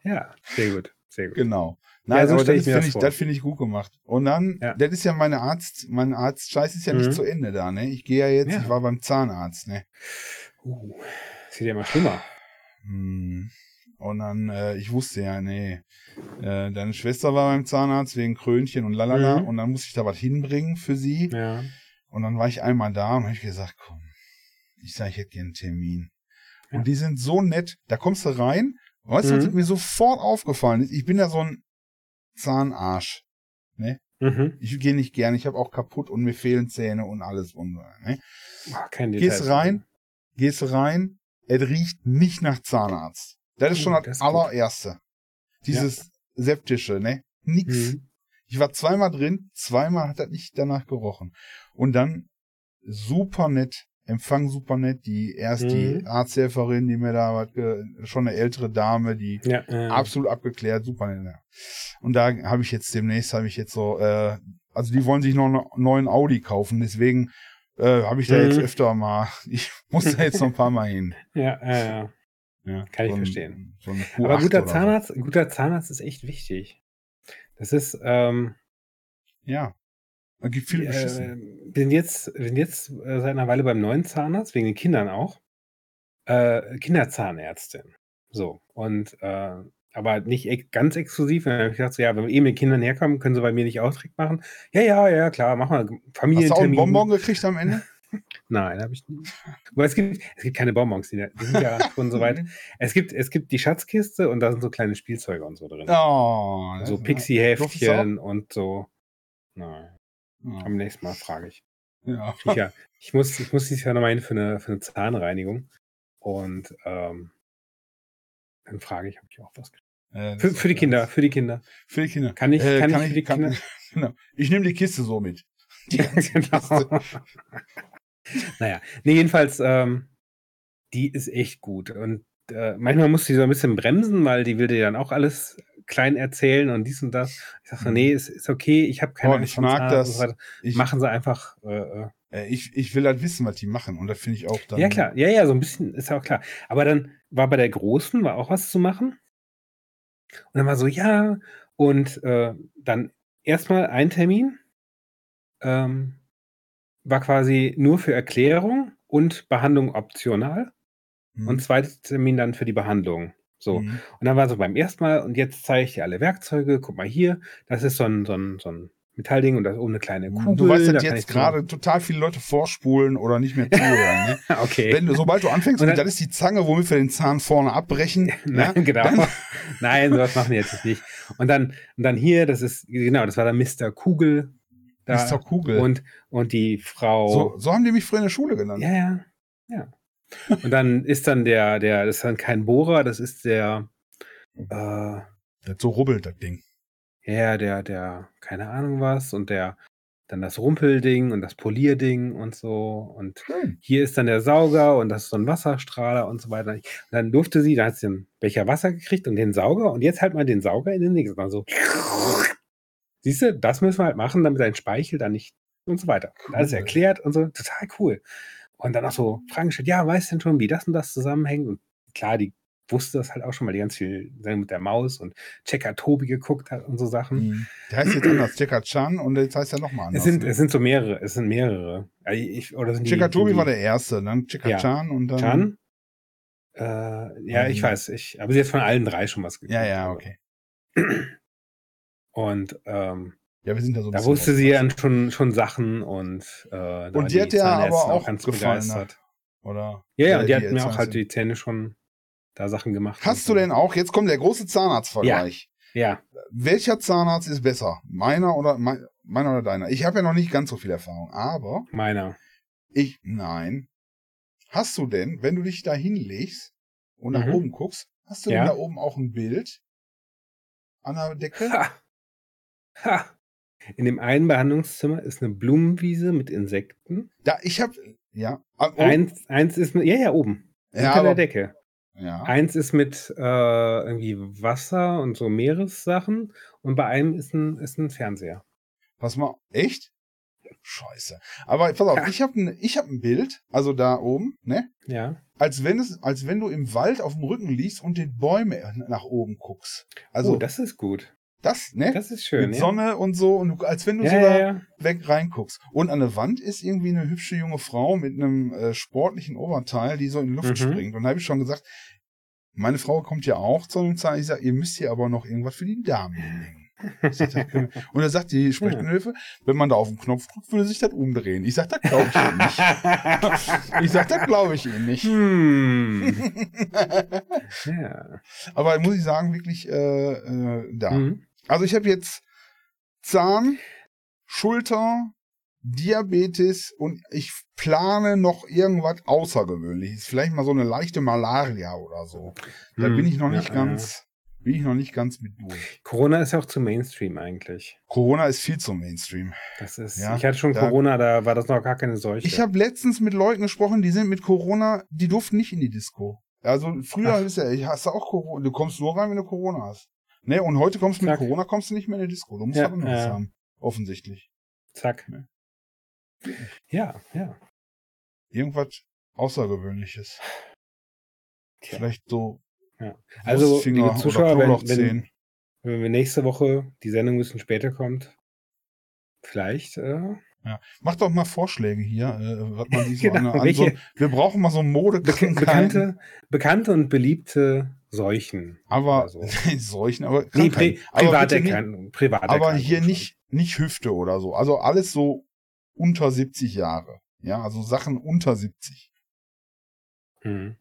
Ja, sehr gut. Sehr gut. Genau. Nein, so aber stell ich das ist, mir finde das ich, vor. das finde ich gut gemacht. Und dann, Ja. das ist ja meine Arzt, mein Arzt-Scheiß ist ja Mhm. nicht zu Ende da, ne? Ich gehe ja jetzt, Ja. ich war beim Zahnarzt, ne? Uh, das wird ja immer schlimmer. Hm. Und dann, äh, ich wusste ja, nee, äh, deine Schwester war beim Zahnarzt wegen Krönchen und lalala Mhm. und dann musste ich da was hinbringen für sie. Ja. Und dann war ich einmal da und habe ich gesagt, komm, ich sage, ich hätte gerne einen Termin. Ja. Und die sind so nett. Da kommst du rein. Weißt du, was Mhm. mir sofort aufgefallen ist? Ich bin ja so ein Zahnarsch. Mhm. Ich gehe nicht gern. Ich habe auch kaputt und mir fehlen Zähne und alles. Und, so, ne? Ah, kein Gehst Detail. rein, gehst rein. Es riecht nicht nach Zahnarzt. Das ist Oh, schon das, das ist gut. allererste. Dieses septische, ne? Nix. Mhm. Ich war zweimal drin, zweimal hat das nicht danach gerochen. Und dann super nett, Empfang super nett, die erst die Mhm. Arzthelferin, die mir da was, ge- schon eine ältere Dame, die Ja, äh, absolut abgeklärt, super nett. ja. Und da habe ich jetzt demnächst habe ich jetzt so äh, also die wollen sich noch einen neuen Audi kaufen, deswegen Äh, Habe ich da jetzt Mhm. öfter mal. Ich muss da jetzt noch ein paar Mal hin. Ja, ja, ja. Ja, Kann ich so ein- verstehen. So eine Aber Q8 guter oder Zahnarzt, guter Zahnarzt ist echt wichtig. Das ist, ähm, So. Ja. Da gibt viele äh, beschissen. bin jetzt, bin jetzt äh, seit einer Weile beim neuen Zahnarzt, wegen den Kindern auch. Äh, Kinderzahnärztin. So. Und äh, aber nicht ex ganz exklusiv. Und dann habe ich gedacht, so, ja, wenn wir eh mit Kindern herkommen, können sie bei mir nicht Auftritt machen. Ja, ja, ja, klar, mach mal Hast du auch einen Familientermin. Bonbon gekriegt am Ende? Nein, habe ich nicht. Aber es gibt, es gibt keine Bonbons, die, die sind ja schon soweit. Es gibt, es gibt die Schatzkiste und da sind so kleine Spielzeuge und so drin. Oh, so das- Pixie-Heftchen und so. Nein, Oh, am nächsten Mal frage ich. ja. Ich, ja, ich, muss, ich muss dieses Jahr nochmal hin für eine, für eine Zahnreinigung. Und ähm, dann frage ich, ob ich auch was kriege. Äh, das Für, ist für die okay. Kinder, für die Kinder. Für die Kinder. Kann ich- Äh, kann ich für die Kinder- genau. Ich nehme die Kiste so mit. Die ganze Kiste. genau. naja, nee, jedenfalls, ähm, die ist echt gut. Und äh, manchmal musst du die so ein bisschen bremsen, weil die will dir dann auch alles klein erzählen und dies und das. Ich sage so, Mhm. nee, ist, ist okay, ich habe keine Oh, Angst ich vor mag Zahnarzt das. und so weiter. Ich, Machen sie einfach. Äh, äh. äh, ich, ich will halt wissen, was die machen. Und das finde ich auch dann. Ja, klar, ja, ja, so ein bisschen ist ja auch klar. Aber dann war bei der Großen, war auch was zu machen. Und dann war so, ja, und äh, dann erstmal ein Termin ähm, war quasi nur für Erklärung und Behandlung optional. Mhm. Und zweiter Termin dann für die Behandlung. So. Mhm. Und dann war so beim ersten Mal, und jetzt zeige ich dir alle Werkzeuge. Guck mal hier, das ist so ein, so ein, so ein Metallding und das ist oben eine kleine Kugel. Mhm. Du weißt, dass da kann ich jetzt so- gerade total viele Leute vorspulen oder nicht mehr zuhören. Ne? Okay. Wenn du, sobald du anfängst, Und mit, dann- das ist die Zange, womit wir den Zahn vorne abbrechen. Nein, ne? genau. Dann- Nein, sowas machen wir jetzt nicht. Und dann, und dann hier, das ist, genau, das war dann Mr. Kugel. Da, Ist doch Kugel. Und, und die Frau. so, so haben die mich früher in der Schule genannt. Ja, ja. ja. Und dann ist dann der, der, das ist dann kein Bohrer, das ist der, äh, Das so rubbelt das Ding. ja, der, der, keine Ahnung was, und der, dann das Rumpelding und das Polierding und so. Und Schön. hier ist dann der Sauger und das ist so ein Wasserstrahler und so weiter. Und dann durfte sie, da hat sie einen Becher Wasser gekriegt und den Sauger und jetzt halt mal den Sauger in den nächsten. Also, siehst du, das müssen wir halt machen, damit dein Speichel dann nicht und so weiter. Und Alles Cool. erklärt und so, total cool. Und dann auch so Fragen gestellt, ja, weißt denn schon, wie das und das zusammenhängt? Und klar, die wusste das halt auch schon, weil die ganz viel Sachen mit der Maus und Checker Tobi geguckt hat und so Sachen. Mhm. Der heißt jetzt anders, Checker Chan, und jetzt heißt er nochmal Hm. Es anders. sind, ne? es sind so mehrere, es sind mehrere. Also Ich, oder sind die- Checker Tobi sind die- war der Erste, dann Checker Ja. Chan und dann. Chan? Äh, ja, ich Ähm. weiß. Ich habe jetzt von allen drei schon was gekriegt. Ja, ja, also. okay. Und ähm, Ja, wir sind da so ein da bisschen wusste sie raus. dann schon, schon Sachen und äh, da Und waren die hat ja Zahnärzte aber auch gefallen, ne? Oder? Ja, ja, Äh, und die hat mir auch Zahnärztin. halt die Zähne schon da Sachen gemacht. Hast du und so. denn auch, jetzt kommt der große Zahnarztvergleich. Ja, Welcher Zahnarzt ist besser? Meiner oder mein, meiner oder deiner? Ich habe ja noch nicht ganz so viel Erfahrung, aber meiner. ich, nein. Hast du denn, wenn du dich da hinlegst und nach Mhm. oben guckst, hast du Ja. denn da oben auch ein Bild an der Decke? Ha! Ha! In dem einen Behandlungszimmer ist eine Blumenwiese mit Insekten. Da, ich habe, ja. ah, oh, Eins, eins ist mit, ja, ja, oben. ja, unter aber, der Decke. ja. Eins ist mit äh, irgendwie Wasser und so Meeressachen und bei einem ist ein, ist ein Fernseher. Pass mal, echt? Scheiße. Aber pass auf, Ja. ich habe ein, ich hab ein Bild, also da oben, ne? Ja. als wenn es, als wenn du im Wald auf dem Rücken liegst und den Bäume nach oben guckst. Also oh, das ist gut. das, ne? Das ist schön. Mit ja. Sonne und so und du, als wenn du ja, so ja, da ja. weg reinguckst. Und an der Wand ist irgendwie eine hübsche junge Frau mit einem äh, sportlichen Oberteil, die so in die Luft Mhm. springt. Und da habe ich schon gesagt, meine Frau kommt ja auch zu einem Zahn. Ich sage, ihr müsst hier aber noch irgendwas für die Damen hinlegen. Ich sag, das können wir- Und er sagt die Sprechhilfe, wenn man da auf den Knopf drückt, würde sich das umdrehen. Ich sag, das glaube ich Ihnen nicht. Ich sag, das glaube ich Ihnen nicht. hm. ja. Aber muss ich sagen, wirklich äh, äh, da. Mhm. Also ich habe jetzt Zahn, Schulter, Diabetes und ich plane noch irgendwas Außergewöhnliches. Vielleicht mal so eine leichte Malaria oder so. Da Mhm. bin ich noch Ja, nicht ja. ganz, bin ich noch nicht ganz mit durch. Corona ist ja auch zu Mainstream eigentlich. Corona ist viel zum Mainstream. Das ist. Ja, ich hatte schon da- Corona, da war das noch gar keine Seuche. Ich habe letztens mit Leuten gesprochen, die sind mit Corona, die durften nicht in die Disco. Also früher Ach. ist ja, ich hast du auch Corona, du kommst nur rein, wenn du Corona hast. Ne, und heute kommst du mit Zack. Corona, kommst du nicht mehr in die Disco. Du musst Ja, was anderes ja. haben. Offensichtlich. Zack. Ne. Ja, ja. Irgendwas Außergewöhnliches. Tja. Vielleicht so. Ja. Also, Wurstfinger liebe Zuschauer, oder wenn- Knoblauchzehen. Wenn wir nächste Woche die Sendung ein bisschen später kommt, vielleicht. Äh, Macht doch mal Vorschläge hier, äh, was man sich so Genau, an, an so, welche- Wir brauchen mal so beka Modekrankheiten. bekannte, bekannte und beliebte Seuchen. aber oder so. Seuchen, aber Also. Nee, Krankheiten. Pri aber, bitte nicht, Privaterkrankung. Privaterkrankung aber hier schon. nicht nicht Hüfte oder so. Also alles so unter 70 Jahre. Ja, also Sachen unter 70. Hm.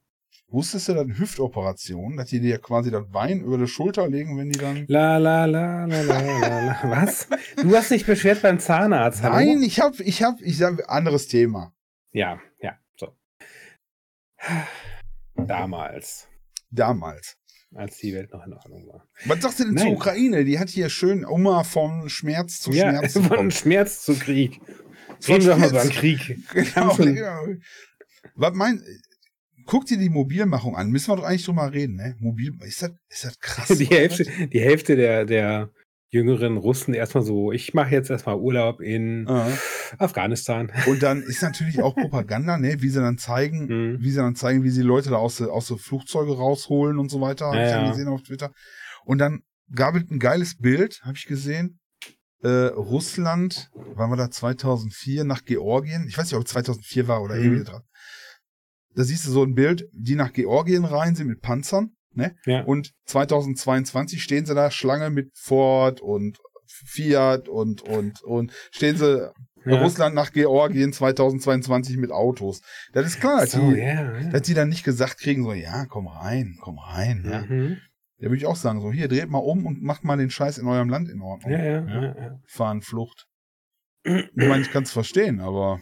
Wusstest du dann Hüftoperationen, dass die dir quasi das Bein über die Schulter legen, wenn die dann La la la la la la la. Was? Du hast dich beschwert beim Zahnarzt. hallo? Nein, ich hab, ich hab, ich sag, anderes Thema. Ja, ja, so. Damals, Damals. als die Welt noch in Ordnung war. Was sagst du denn Nein. zur Ukraine? Die hat hier schön Oma vom Schmerz zu ja, Schmerz von gekommen. Schmerz zu Krieg. Von Reden wir mal über Schmerz. einen Krieg. Genau, Ganzen- genau. Was mein, guck dir die Mobilmachung an. Müssen wir doch eigentlich drüber reden, ne? Mobil, ist das, ist das krass? Die oder Hälfte, was? die Hälfte der, der jüngeren Russen erstmal so, ich mache jetzt erstmal Urlaub in Ja. Afghanistan. Und dann ist natürlich auch Propaganda, ne? Wie sie dann zeigen, Mhm. wie sie dann zeigen, wie sie Leute da aus, aus so Flugzeuge rausholen und so weiter. Hab Ja, ich dann ja. gesehen auf Twitter. Und dann gab es ein geiles Bild, habe ich gesehen. Äh, Russland, waren wir da 2004 nach Georgien? Ich weiß nicht, ob es 2004 war oder Mhm. irgendwie dran. Da siehst du so ein Bild, die nach Georgien rein sind mit Panzern, ne? Ja. Und 2022 stehen sie da Schlange mit Ford und Fiat und, und, und stehen sie Ja. Russland nach Georgien 2022 mit Autos. Das ist klar, dass So, die, ja, ja. dass die dann nicht gesagt kriegen, so, ja, komm rein, komm rein. Ne? Mhm. Da würde ich auch sagen, so, hier, dreht mal um und macht mal den Scheiß in eurem Land in Ordnung. ja, ja, Ja. ja, ja. Fahren Flucht. Ich meine, ich kann es verstehen, aber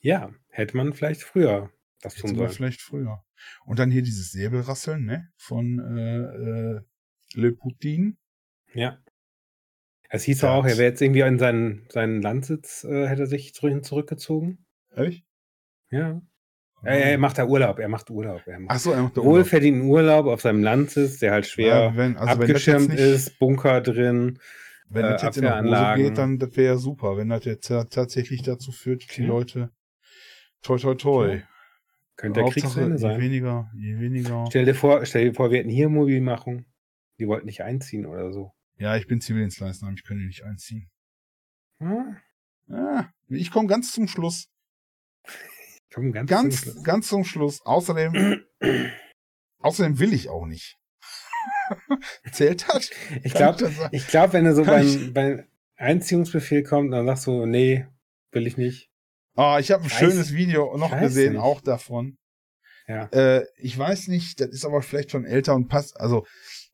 Ja, hätte man vielleicht früher das jetzt tun mal sollen. vielleicht früher. Und dann hier dieses Säbelrasseln, ne? Von äh, äh, Le Putin. Ja. Es hieß doch auch, er wäre jetzt irgendwie in seinen, seinen Landsitz, äh, hätte er sich zurück, zurückgezogen. Ehrlich? Ja. Er, er macht da Urlaub, er macht Urlaub. Er macht Mhm. Ach so, er macht da Urlaub. wohlverdienten Urlaub auf seinem Landsitz, der halt schwer Ja, wenn, also wenn das jetzt abgeschirmt nicht, ist, Bunker drin. Wenn äh, das jetzt in der Hose Abwehranlagen. geht, dann das wäre ja super. Wenn das jetzt ta- tatsächlich dazu führt, dass die Ja. Leute toi toi toi. Könnte der Krieg zu Ende je sein. weniger, je weniger. Stell dir, vor, stell dir vor, wir hätten hier Mobilmachung. Die wollten nicht einziehen oder so. Ja, ich bin Zivildienstleister, ich kann die nicht einziehen. Hm? Ah, ich komme ganz zum Schluss. Komm, ganz, Ganz, zum Schluss. ganz zum Schluss. Außerdem, außerdem will ich auch nicht. Zählt das? Ich glaube, Kann ich das sagen? ich glaub, wenn du so beim, Kann beim Einziehungsbefehl kommt, dann sagst du, nee, will ich nicht. Ah, ich habe ein Weiß- schönes Video noch weiß gesehen, nicht. auch davon. Ja. Äh, ich weiß nicht, das ist aber vielleicht schon älter und passt. Also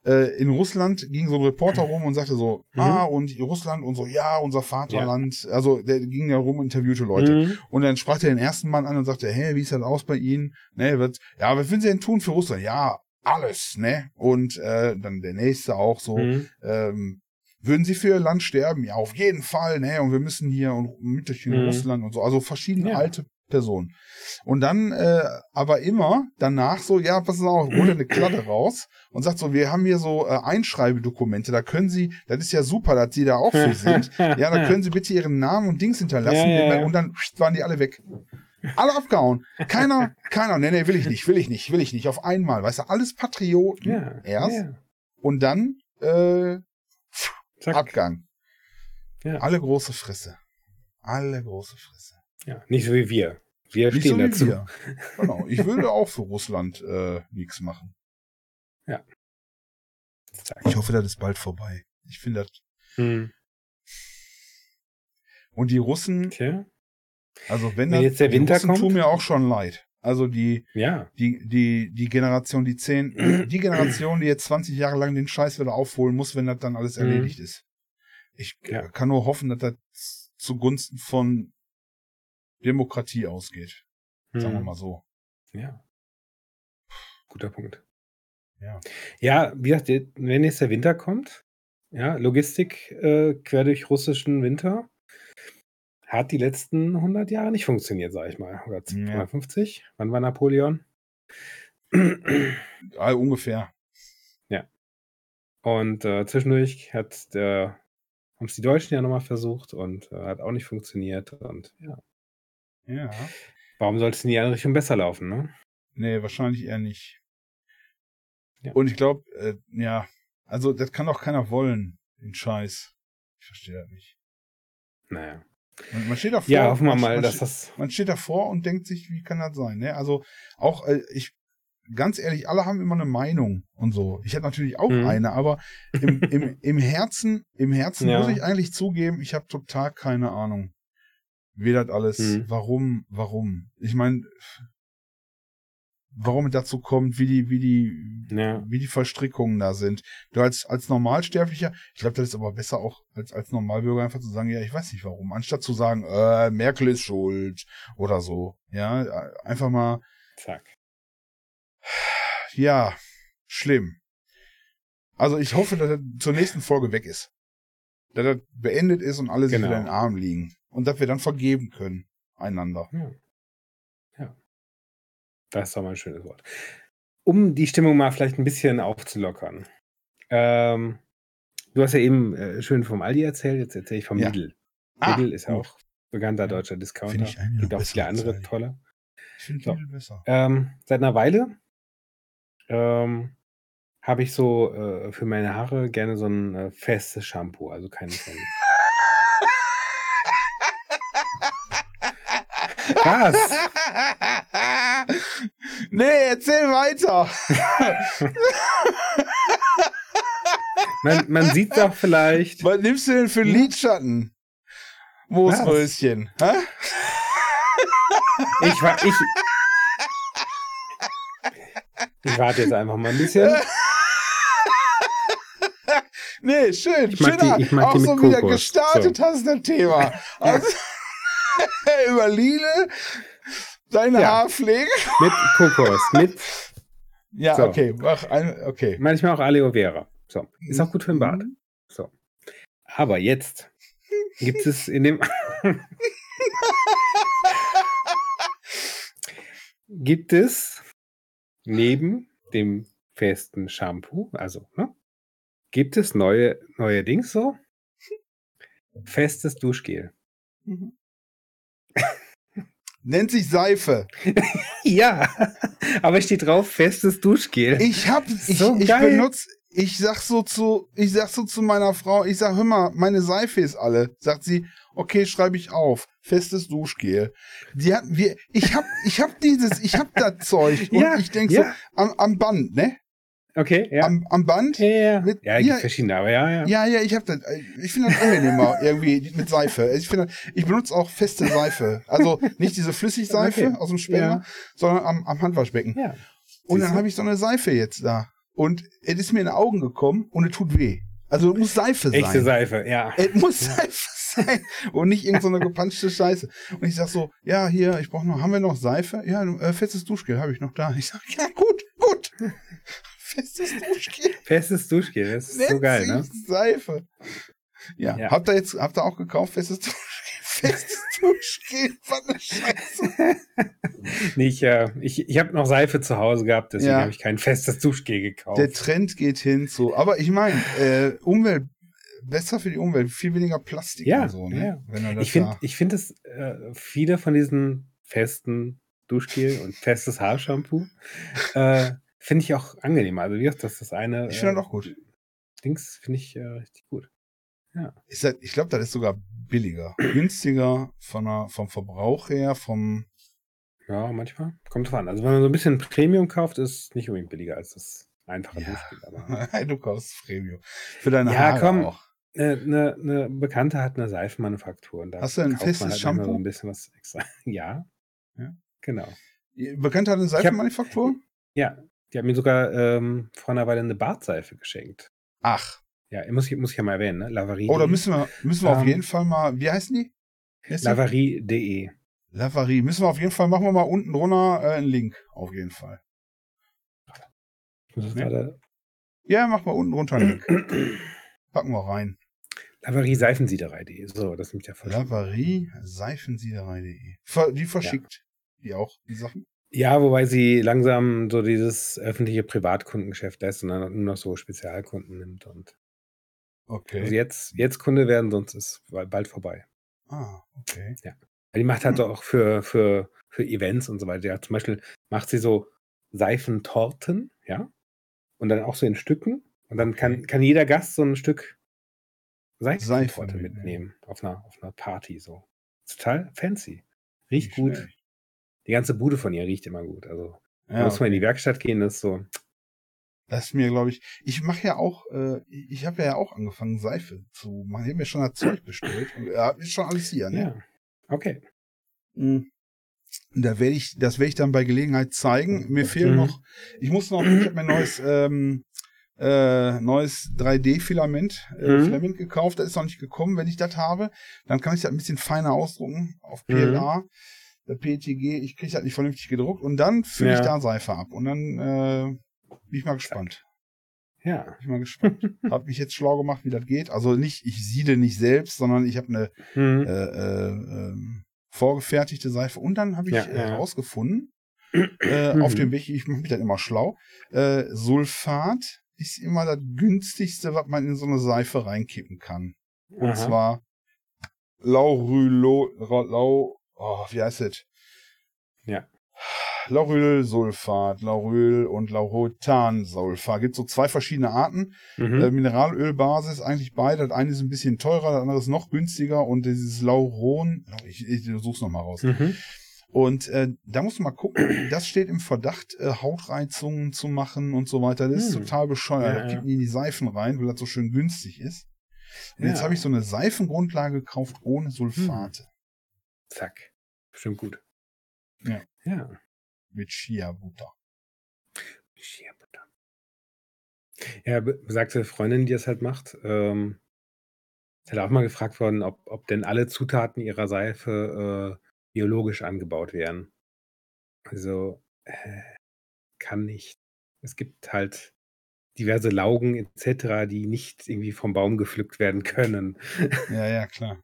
äh, in Russland ging so ein Reporter rum und sagte so, Mhm. ah, und Russland und so, ja, unser Vaterland. Also der ging ja rum und interviewte Leute. Mhm. Und dann sprach er den ersten Mann an und sagte, hey, wie ist das aus bei Ihnen? Ne, was, ja, was würden Sie denn tun für Russland? Ja, alles, ne? Und äh, dann der nächste auch so, Mhm. ähm, würden sie für ihr Land sterben? Ja, auf jeden Fall, ne? Und wir müssen hier und mit durch den Mhm. Russland und so. Also verschiedene Ja. alte Personen. Und dann, äh, aber immer danach so, ja, pass auf, holt er eine Kladde raus und sagt so, wir haben hier so äh, Einschreibedokumente, da können sie, das ist ja super, dass sie da auch für sind. Ja, da können sie bitte ihren Namen und Dings hinterlassen. Ja, ja, ja. Und dann pst, waren die alle weg. Alle abgehauen. Keiner, keiner, nee, nee, will ich nicht, will ich nicht, will ich nicht. Auf einmal, weißt du, alles Patrioten ja, erst ja. und dann, äh, Zack. Abgang. Ja. Alle große Fresse. Alle große Fresse. Ja. Nicht so wie wir. Wir Nicht stehen dazu. so wie wir. Genau. Ich würde auch für Russland äh, nichts machen. Zack. Ich hoffe, das ist bald vorbei. Ich finde das. Mhm. Und die Russen, Tja. also wenn, Wenn das, jetzt der die Winter Russen kommt? tun mir auch schon leid. Also die, Ja. die, die, die Generation, die zehn, die Generation, die jetzt 20 Jahre lang den Scheiß wieder aufholen muss, wenn das dann alles Mhm. erledigt ist. Ich äh, Ja. kann nur hoffen, dass das zugunsten von Demokratie ausgeht. Sagen wir Mhm. mal so. Ja. Guter Punkt. Ja. Ja, wie gesagt, der- wenn jetzt der Winter kommt, ja, Logistik äh, quer durch russischen Winter hat die letzten 100 Jahre nicht funktioniert, sage ich mal. Oder Ja. 250? Wann war Napoleon? Ah, ungefähr. Und äh, zwischendurch hat der haben es die Deutschen ja nochmal versucht und äh, hat auch nicht funktioniert. Und ja, Ja. warum sollte es in die andere Richtung besser laufen, ne? Nee, wahrscheinlich eher nicht. Ja. Und ich glaube, äh, ja, also das kann doch keiner wollen, den Scheiß. Ich verstehe das nicht. Naja. Man, man steht davor. Ja, hoffen wir man- mal, man dass steht- das. Man steht davor und denkt sich, wie kann das sein? Ne? Also auch, äh, ich, ganz ehrlich, alle haben immer eine Meinung und so. Ich hätte natürlich auch Mhm. eine, aber im, im, im Herzen, im Herzen Ja. muss ich eigentlich zugeben, ich habe total keine Ahnung. Wie das alles, Mhm. warum, warum. Ich meine, warum es dazu kommt, wie die, wie die, Ja. wie die Verstrickungen da sind. Du als, als Normalsterblicher, ich glaube, das ist aber besser auch als, als Normalbürger einfach zu sagen, ja, ich weiß nicht warum, anstatt zu sagen, äh, Merkel ist schuld oder so. Ja, äh, einfach mal, Zack. ja, schlimm. Also ich hoffe, dass er zur nächsten Folge weg ist. Dass er beendet ist und alle sich Genau. wieder in den Arm liegen. Und dass wir dann vergeben können, einander. Ja. ja. Das ist doch mal ein schönes Wort. Um die Stimmung mal vielleicht ein bisschen aufzulockern. Ähm, du hast ja eben äh, schön vom Aldi erzählt, jetzt erzähle ich vom Ja. Lidl. Ah, Lidl ist ja gut. auch bekannter deutscher Discounter. ich eigentlich noch Gibt auch besser viele als andere Aldi. tolle. Ich finde So. Lidl besser. Ähm, seit einer Weile ähm, habe ich so äh, für meine Haare gerne so ein äh, festes Shampoo, also kein. kein Was? nee, erzähl weiter. Man, man sieht doch vielleicht. Was nimmst du denn für einen Lidschatten? Wo ist Was? Röschen? Hä? Ich, wa- ich, ich warte jetzt einfach mal ein bisschen. Nee, schön. Ich mag schön, die- dass- ich mag auch die mit so wieder Kokos. gestartet hast, das Thema. Also, über Lidl, deine Ja. Haarpflege. Mit Kokos, mit Ja, So. okay. Mach ein, okay. manchmal auch Aloe Vera. So, ist auch gut für den Bart. Mhm. So. Aber jetzt gibt es in dem. gibt es neben dem festen Shampoo, also, ne? Gibt es neue, neuerdings so? Festes Duschgel. Nennt sich Seife. Ja, aber steht drauf festes Duschgel. Ich hab, ich, So ich geil. benutze, ich sag so zu, ich sag so zu meiner Frau, ich sag, hör mal, meine Seife ist alle. Sagt sie, okay, schreibe ich auf. Festes Duschgel. Die hat, wir, ich hab, ich hab dieses, ich hab das Zeug. Und Ja, ich denk ja. so, am, am Band, ne? Okay, ja. Am, am Band. ja, ja. ja. mit- ja, gibt ja. verschiedene, aber ja, ja. Ja, ja, ich hab das. Ich finde das angenehmer irgendwie mit Seife. Ich finde, das- ich benutze auch feste Seife. Also nicht diese Flüssigseife Okay. aus dem Spender, Ja. sondern am, am Handwaschbecken. ja. Und Siehst dann du? habe ich so eine Seife jetzt da. Und es ist mir in die Augen gekommen und es tut weh. Also es muss Seife sein. Echte Seife, ja. Es muss Seife sein und nicht irgendeine so eine gepanschte Scheiße. Und ich sag so, ja, hier, ich brauche noch, haben wir noch Seife? Ja, äh, festes Duschgel habe ich noch da. Ich sag, ja, gut, gut. Festes Duschgel. Festes Duschgel, das ist so nennt geil, sich ne? Seife. Ja, Ja. habt ihr jetzt, habt ihr auch gekauft, festes Duschgel? Festes Duschgel, was eine Scheiße. Nee, ich äh, ich, ich habe noch Seife zu Hause gehabt, deswegen Ja. habe ich kein festes Duschgel gekauft. Der Trend geht hin zu, aber ich meine, äh, Umwelt, besser für die Umwelt, viel weniger Plastik Ja, und so, ne? ja. Wenn er das ich finde, da- ich finde es äh, viele von diesen festen Duschgel und festes Haarshampoo äh, finde ich auch angenehm. Also wie gesagt, das ist eine ich finde äh, das auch gut. Dings finde ich äh, richtig gut. Ist das, ich glaube, das ist sogar billiger, günstiger von der, vom Verbrauch her, vom, Ja, manchmal kommt drauf an. Also wenn man so ein bisschen Premium kauft, ist nicht unbedingt billiger als das einfache Ja. Duschgel. Aber du kaufst Premium. Für deine Ja, Haare komm. auch. eine, eine, eine Bekannte hat eine Seifenmanufaktur. Und da Hast du ein kauft man halt festes immer So Shampoo? ein bisschen was extra. Ja. Ja. Genau. Bekannt hat eine Seifenmanufaktur? Ja, die hat mir sogar ähm, vor einer Weile eine Bartseife geschenkt. Ach. Ja, muss ich, muss ich ja mal erwähnen, ne? Lavarie. Oh, da müssen wir, müssen wir auf Ähm, jeden Fall mal, wie heißen die? Wie heißt die? Lavarie.de. Lavarie. Müssen wir auf jeden Fall, machen wir mal unten drunter äh, einen Link. Auf jeden Fall. Ich muss jetzt Ja. gerade- Ja, mach mal unten drunter einen Link. Packen wir rein. Lavarie-Seifensiederei.de. E. So, das nimmt ja voll. Lavarie, Seifensiederei.de. Ver die verschickt. Die auch, die Sachen. Ja, wobei sie langsam so dieses öffentliche Privatkundengeschäft lässt und dann nur noch so Spezialkunden nimmt und Okay. Also jetzt, jetzt Kunde werden, sonst ist bald vorbei. ah, okay. Die macht halt Mhm. auch für, für, für Events und so weiter. Ja, zum Beispiel macht sie so Seifentorten, ja. Und dann auch so in Stücken. Und dann kann, kann jeder Gast so ein Stück Seifentorte Seifen mitnehmen. mitnehmen. Auf einer, auf einer Party so. Total fancy. Riecht Nicht gut. schlecht. Die ganze Bude von ihr riecht immer gut. Also da Ja, muss man in die Werkstatt gehen, das ist so. Das ist mir, glaube ich, ich mache ja auch, äh, ich habe ja auch angefangen, Seife zu machen. Ich habe mir schon das Zeug bestellt. Und, äh, ist schon alles hier, ne? Ja. Okay. Mhm. Da werde ich, das werde ich dann bei Gelegenheit zeigen. Mir fehlen Mhm. noch, ich muss noch, ich habe mir neues, ähm, äh, neues 3D-Filament äh, Mhm. Filament gekauft. Das ist noch nicht gekommen. Wenn ich das habe, dann kann ich das ein bisschen feiner ausdrucken auf Mhm. PLA. Der PETG, ich kriege das nicht vernünftig gedruckt und dann fülle ich Ja. da Seife ab. Und dann äh, bin ich mal gespannt. Ja. Bin ich mal gespannt. hab mich jetzt schlau gemacht, wie das geht. Also nicht, ich siede nicht selbst, sondern ich habe eine Hm. äh, äh, ähm, vorgefertigte Seife. Und dann habe ich Ja, äh, ja. Mhm. rausgefunden, äh, auf dem Weg, ich mache mich dann immer schlau, äh, Sulfat ist immer das günstigste, was man in so eine Seife reinkippen kann. Und Aha. zwar Laurylo, Ra- Lau, oh, wie heißt das? Ja. Laurylsulfat, Lauryl und Laurotansulfat. Gibt so zwei verschiedene Arten Mhm. äh, Mineralölbasis, eigentlich beide. Das eine ist ein bisschen teurer, das andere ist noch günstiger und dieses Lauron, ich, ich such's nochmal raus. Mhm. Und äh, da muss man mal gucken, das steht im Verdacht, äh, Hautreizungen zu machen und so weiter. Das ist Hm. total bescheuert. Ja, da ja. kippen die in die Seifen rein, weil das so schön günstig ist. Und jetzt Ja. habe ich so eine Seifengrundlage gekauft ohne Sulfate. Zack. Bestimmt gut. Ja. Ja. Mhm. Mit Shia-Butter. Shit. Ja, be- besagte Freundin, die das halt macht, ähm, ist halt auch mal gefragt worden, ob, ob denn alle Zutaten ihrer Seife äh, biologisch angebaut wären. Also, äh, kann nicht. Es gibt halt diverse Laugen etc., die nicht irgendwie vom Baum gepflückt werden können. Ja, ja, klar.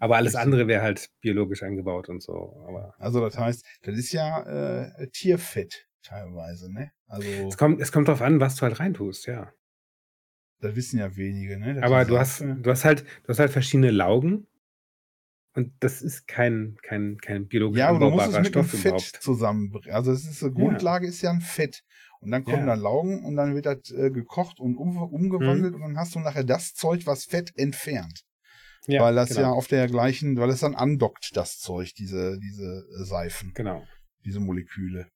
Aber alles Richtig. andere wäre halt biologisch angebaut und so. Aber Also das heißt, das ist ja äh, Tierfett teilweise, ne? Also es kommt, es kommt drauf an, was du halt reintust, ja. das wissen ja wenige, ne? dass Aber die du hast, Seife- du hast halt, du hast halt verschiedene Laugen. Und das ist kein, kein, kein biologisch Ja, aber du musst es anbaubarer mit dem Stoff Fett überhaupt. zusammenbringen. Also es ist, die Grundlage ist ja ein Fett. Und dann kommen Ja. da Laugen und dann wird das äh, gekocht und um, Mhm. umgewandelt und dann hast du nachher das Zeug, was Fett entfernt. Ja, weil das genau, ja auf der gleichen, weil das dann andockt, das Zeug, diese, diese äh, Seifen, Genau. diese Moleküle.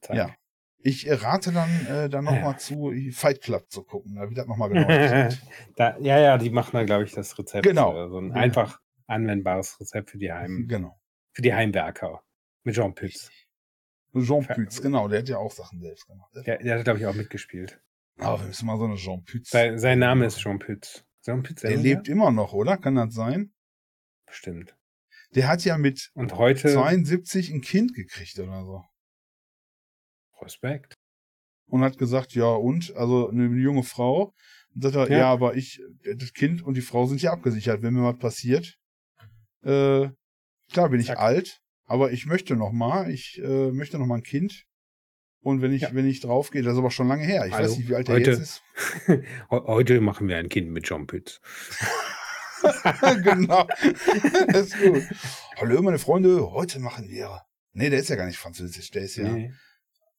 Zack. Ja. Ich äh, rate dann, äh, dann Ja. nochmal zu, Fight Club zu gucken, da wird das nochmal genau erklärt. Da, ja, ja, die machen da, glaube ich, das Rezept. Genau. äh, So ein Ja. einfach anwendbares Rezept für die, Heim, Genau. für die Heimwerker. Mit Jean Pütz. Jean Pütz, genau, der hat ja auch Sachen selbst gemacht. Der, der hat, glaube ich, auch mitgespielt. Aber wir müssen mal so eine Jean Pütz. Sein, sein Name ist Jean Pütz. Jean Pütz, der erinnern lebt wir? immer noch, oder? Kann das sein? Bestimmt. Der hat ja mit Und heute. 72 ein Kind gekriegt oder so. Respekt. Und hat gesagt, ja und? Also eine junge Frau. Und sagt er, ja. Ja. aber ich, das Kind und die Frau sind ja abgesichert. Wenn mir was passiert, äh, klar bin ich Zack. alt, aber ich möchte noch mal, ich äh, möchte noch mal ein Kind. Und wenn ich, Ja. wenn ich draufgehe, das ist aber schon lange her. Ich Hallo, weiß nicht, wie alt der heute. jetzt ist. He- heute machen wir ein Kind mit Jean Pütz. genau. das ist gut. Hallo, meine Freunde, heute machen wir. Nee, der ist ja gar nicht französisch, der ist ja. Nee.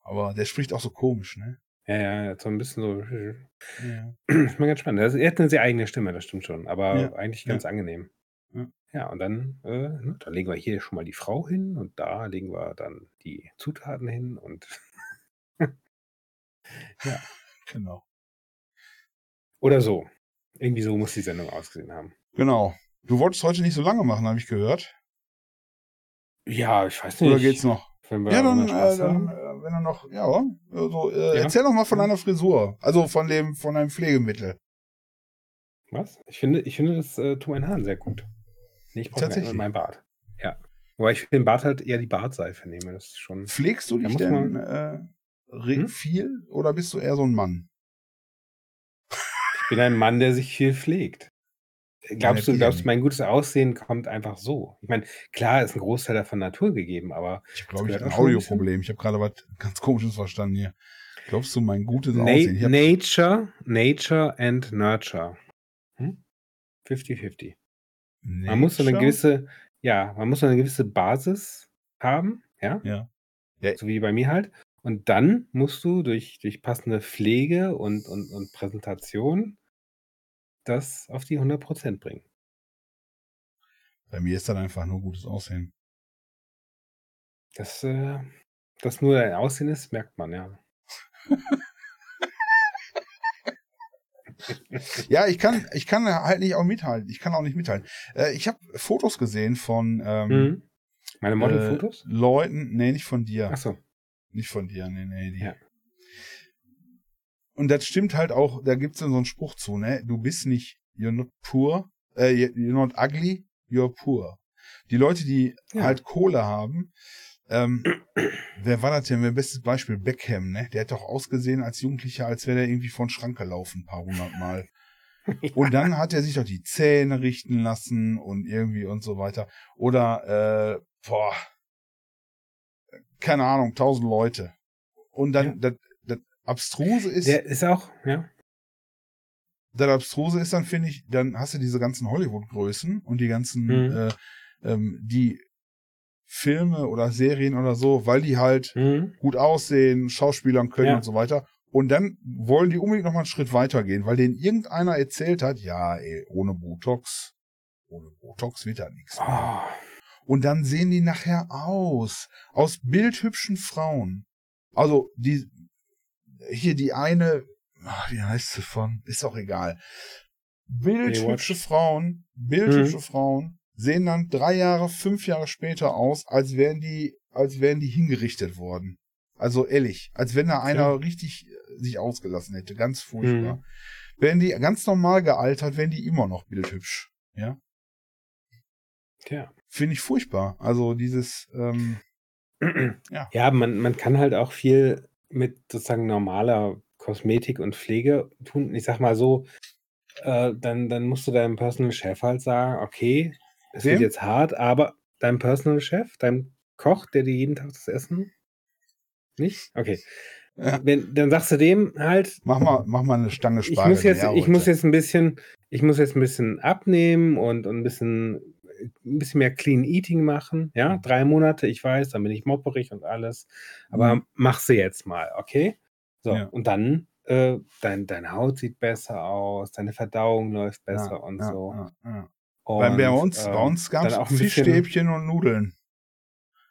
Aber der spricht auch so komisch, ne? Ja, ja, er hat so ein bisschen so. Ja. ist mal ganz spannend. Also, er hat eine sehr eigene Stimme, das stimmt schon, aber Ja, eigentlich ganz angenehm. Ja. Ja. und dann, äh, ne, da legen wir hier schon mal die Frau hin und da legen wir dann die Zutaten hin und Genau. oder so. Irgendwie so muss die Sendung ausgesehen haben. Genau. Du wolltest heute nicht so lange machen, habe ich gehört. Ja, ich weiß Oder geht's noch? Wenn wir Ja, dann, äh, Spaß haben. dann äh, wenn du noch, ja, also, äh, Ja. erzähl doch mal von Ja. deiner Frisur. Also von dem, von deinem Pflegemittel. Was? Ich finde, ich finde das äh, Tu ein Hahn sehr gut. Nee, ich brauche Tatsächlich? mein Bart. Ja. Wobei ich für den Bart halt eher die Bartseife nehme. Das ist schon. Pflegst du Da dich muss denn äh, re- Hm? viel oder bist du eher so ein Mann? Ich bin ein Mann, der sich viel pflegt. Äh, Glaubst Ja, du, glaubst eben. du, mein gutes Aussehen kommt einfach so? Ich meine, klar ist ein Großteil der von Natur gegeben, aber Ich glaube, ich gehört habe ein auch schon ein Audioproblem. Ich habe gerade was ganz Komisches verstanden hier. Glaubst du, mein gutes Na Aussehen? Ich hab, Nature, Nature and Nurture. Hm? 50-50. Man muss so eine Nature? gewisse, ja, man muss so eine gewisse Basis haben, ja. Ja. Ja. So wie bei mir halt. Und dann musst du durch, durch passende Pflege und, und, und Präsentation das auf die 100% bringen. Bei mir ist dann einfach nur gutes Aussehen. Das, äh, dass nur dein Aussehen ist, merkt man, ja. Ja, ich kann, ich kann halt nicht auch mithalten. Ich kann auch nicht mithalten. Äh, ich habe Fotos gesehen von ähm, Mhm. Meine Modelfotos? Äh, Leuten, nee, nicht von dir. Achso, Nicht von dir, nee, nee. Die. Ja. Und das stimmt halt auch, da gibt's dann so einen Spruch zu, ne? Du bist nicht, you're not poor, äh, you're not ugly, you're poor. Die Leute, die Ja. halt Kohle haben, ähm, wer war das denn? Mein bestes Beispiel, Beckham, ne? Der hat doch ausgesehen als Jugendlicher, als wäre der irgendwie vor den Schrank gelaufen, ein paar hundert Mal. Und dann hat er sich doch die Zähne richten lassen und irgendwie und so weiter. Oder, äh, boah, keine Ahnung, tausend Leute. Und dann, das, das Abstruse ist, der ist auch, ja. das Abstruse ist dann, finde ich, dann hast du diese ganzen Hollywood-Größen und die ganzen, Mhm. äh, ähm, die Filme oder Serien oder so, weil die halt Mhm. gut aussehen, Schauspielern können Ja. und so weiter. Und dann wollen die unbedingt noch mal einen Schritt weitergehen, weil denen irgendeiner erzählt hat, ja, ey, ohne Botox, ohne Botox wird da nichts. Oh, Und dann sehen die nachher aus. Aus bildhübschen Frauen. Also, die, hier die eine, ach, wie heißt sie von? Ist auch egal. Bildhübsche Frauen, bildhübsche Frauen sehen dann drei Jahre, fünf Jahre später aus, als wären die, als wären die hingerichtet worden. Also ehrlich, als wenn da einer Ja. richtig äh, sich ausgelassen hätte. Ganz furchtbar. Wären die ganz normal gealtert, wären die immer noch bildhübsch. tja. Finde ich furchtbar. Also dieses, ähm, Ja. Ja, man, man kann halt auch viel mit sozusagen normaler Kosmetik und Pflege tun. Ich sag mal so, äh, dann, dann musst du deinem Personal Chef halt sagen, okay, es wird Wem? jetzt hart, aber deinem Personal Chef, deinem Koch, der dir jeden Tag das Essen nicht? Okay. Ja. Wenn, dann sagst du dem halt, mach mal, mach mal eine Stange ich Spargel. muss jetzt, mehr ich muss heute. jetzt ein bisschen, ich muss jetzt ein bisschen abnehmen und, und ein bisschen, ein bisschen mehr Clean Eating machen. Mhm. Ja, drei Monate, ich weiß, dann bin ich mopperig und alles. Aber Mhm. mach sie jetzt mal, okay? So, Ja. und dann, äh, dein, deine Haut sieht besser aus, deine Verdauung läuft besser und ja, so. Ja, ja. Und, Weil bei uns, bei ähm, uns gab dann auch es ein bisschen, Fischstäbchen und Nudeln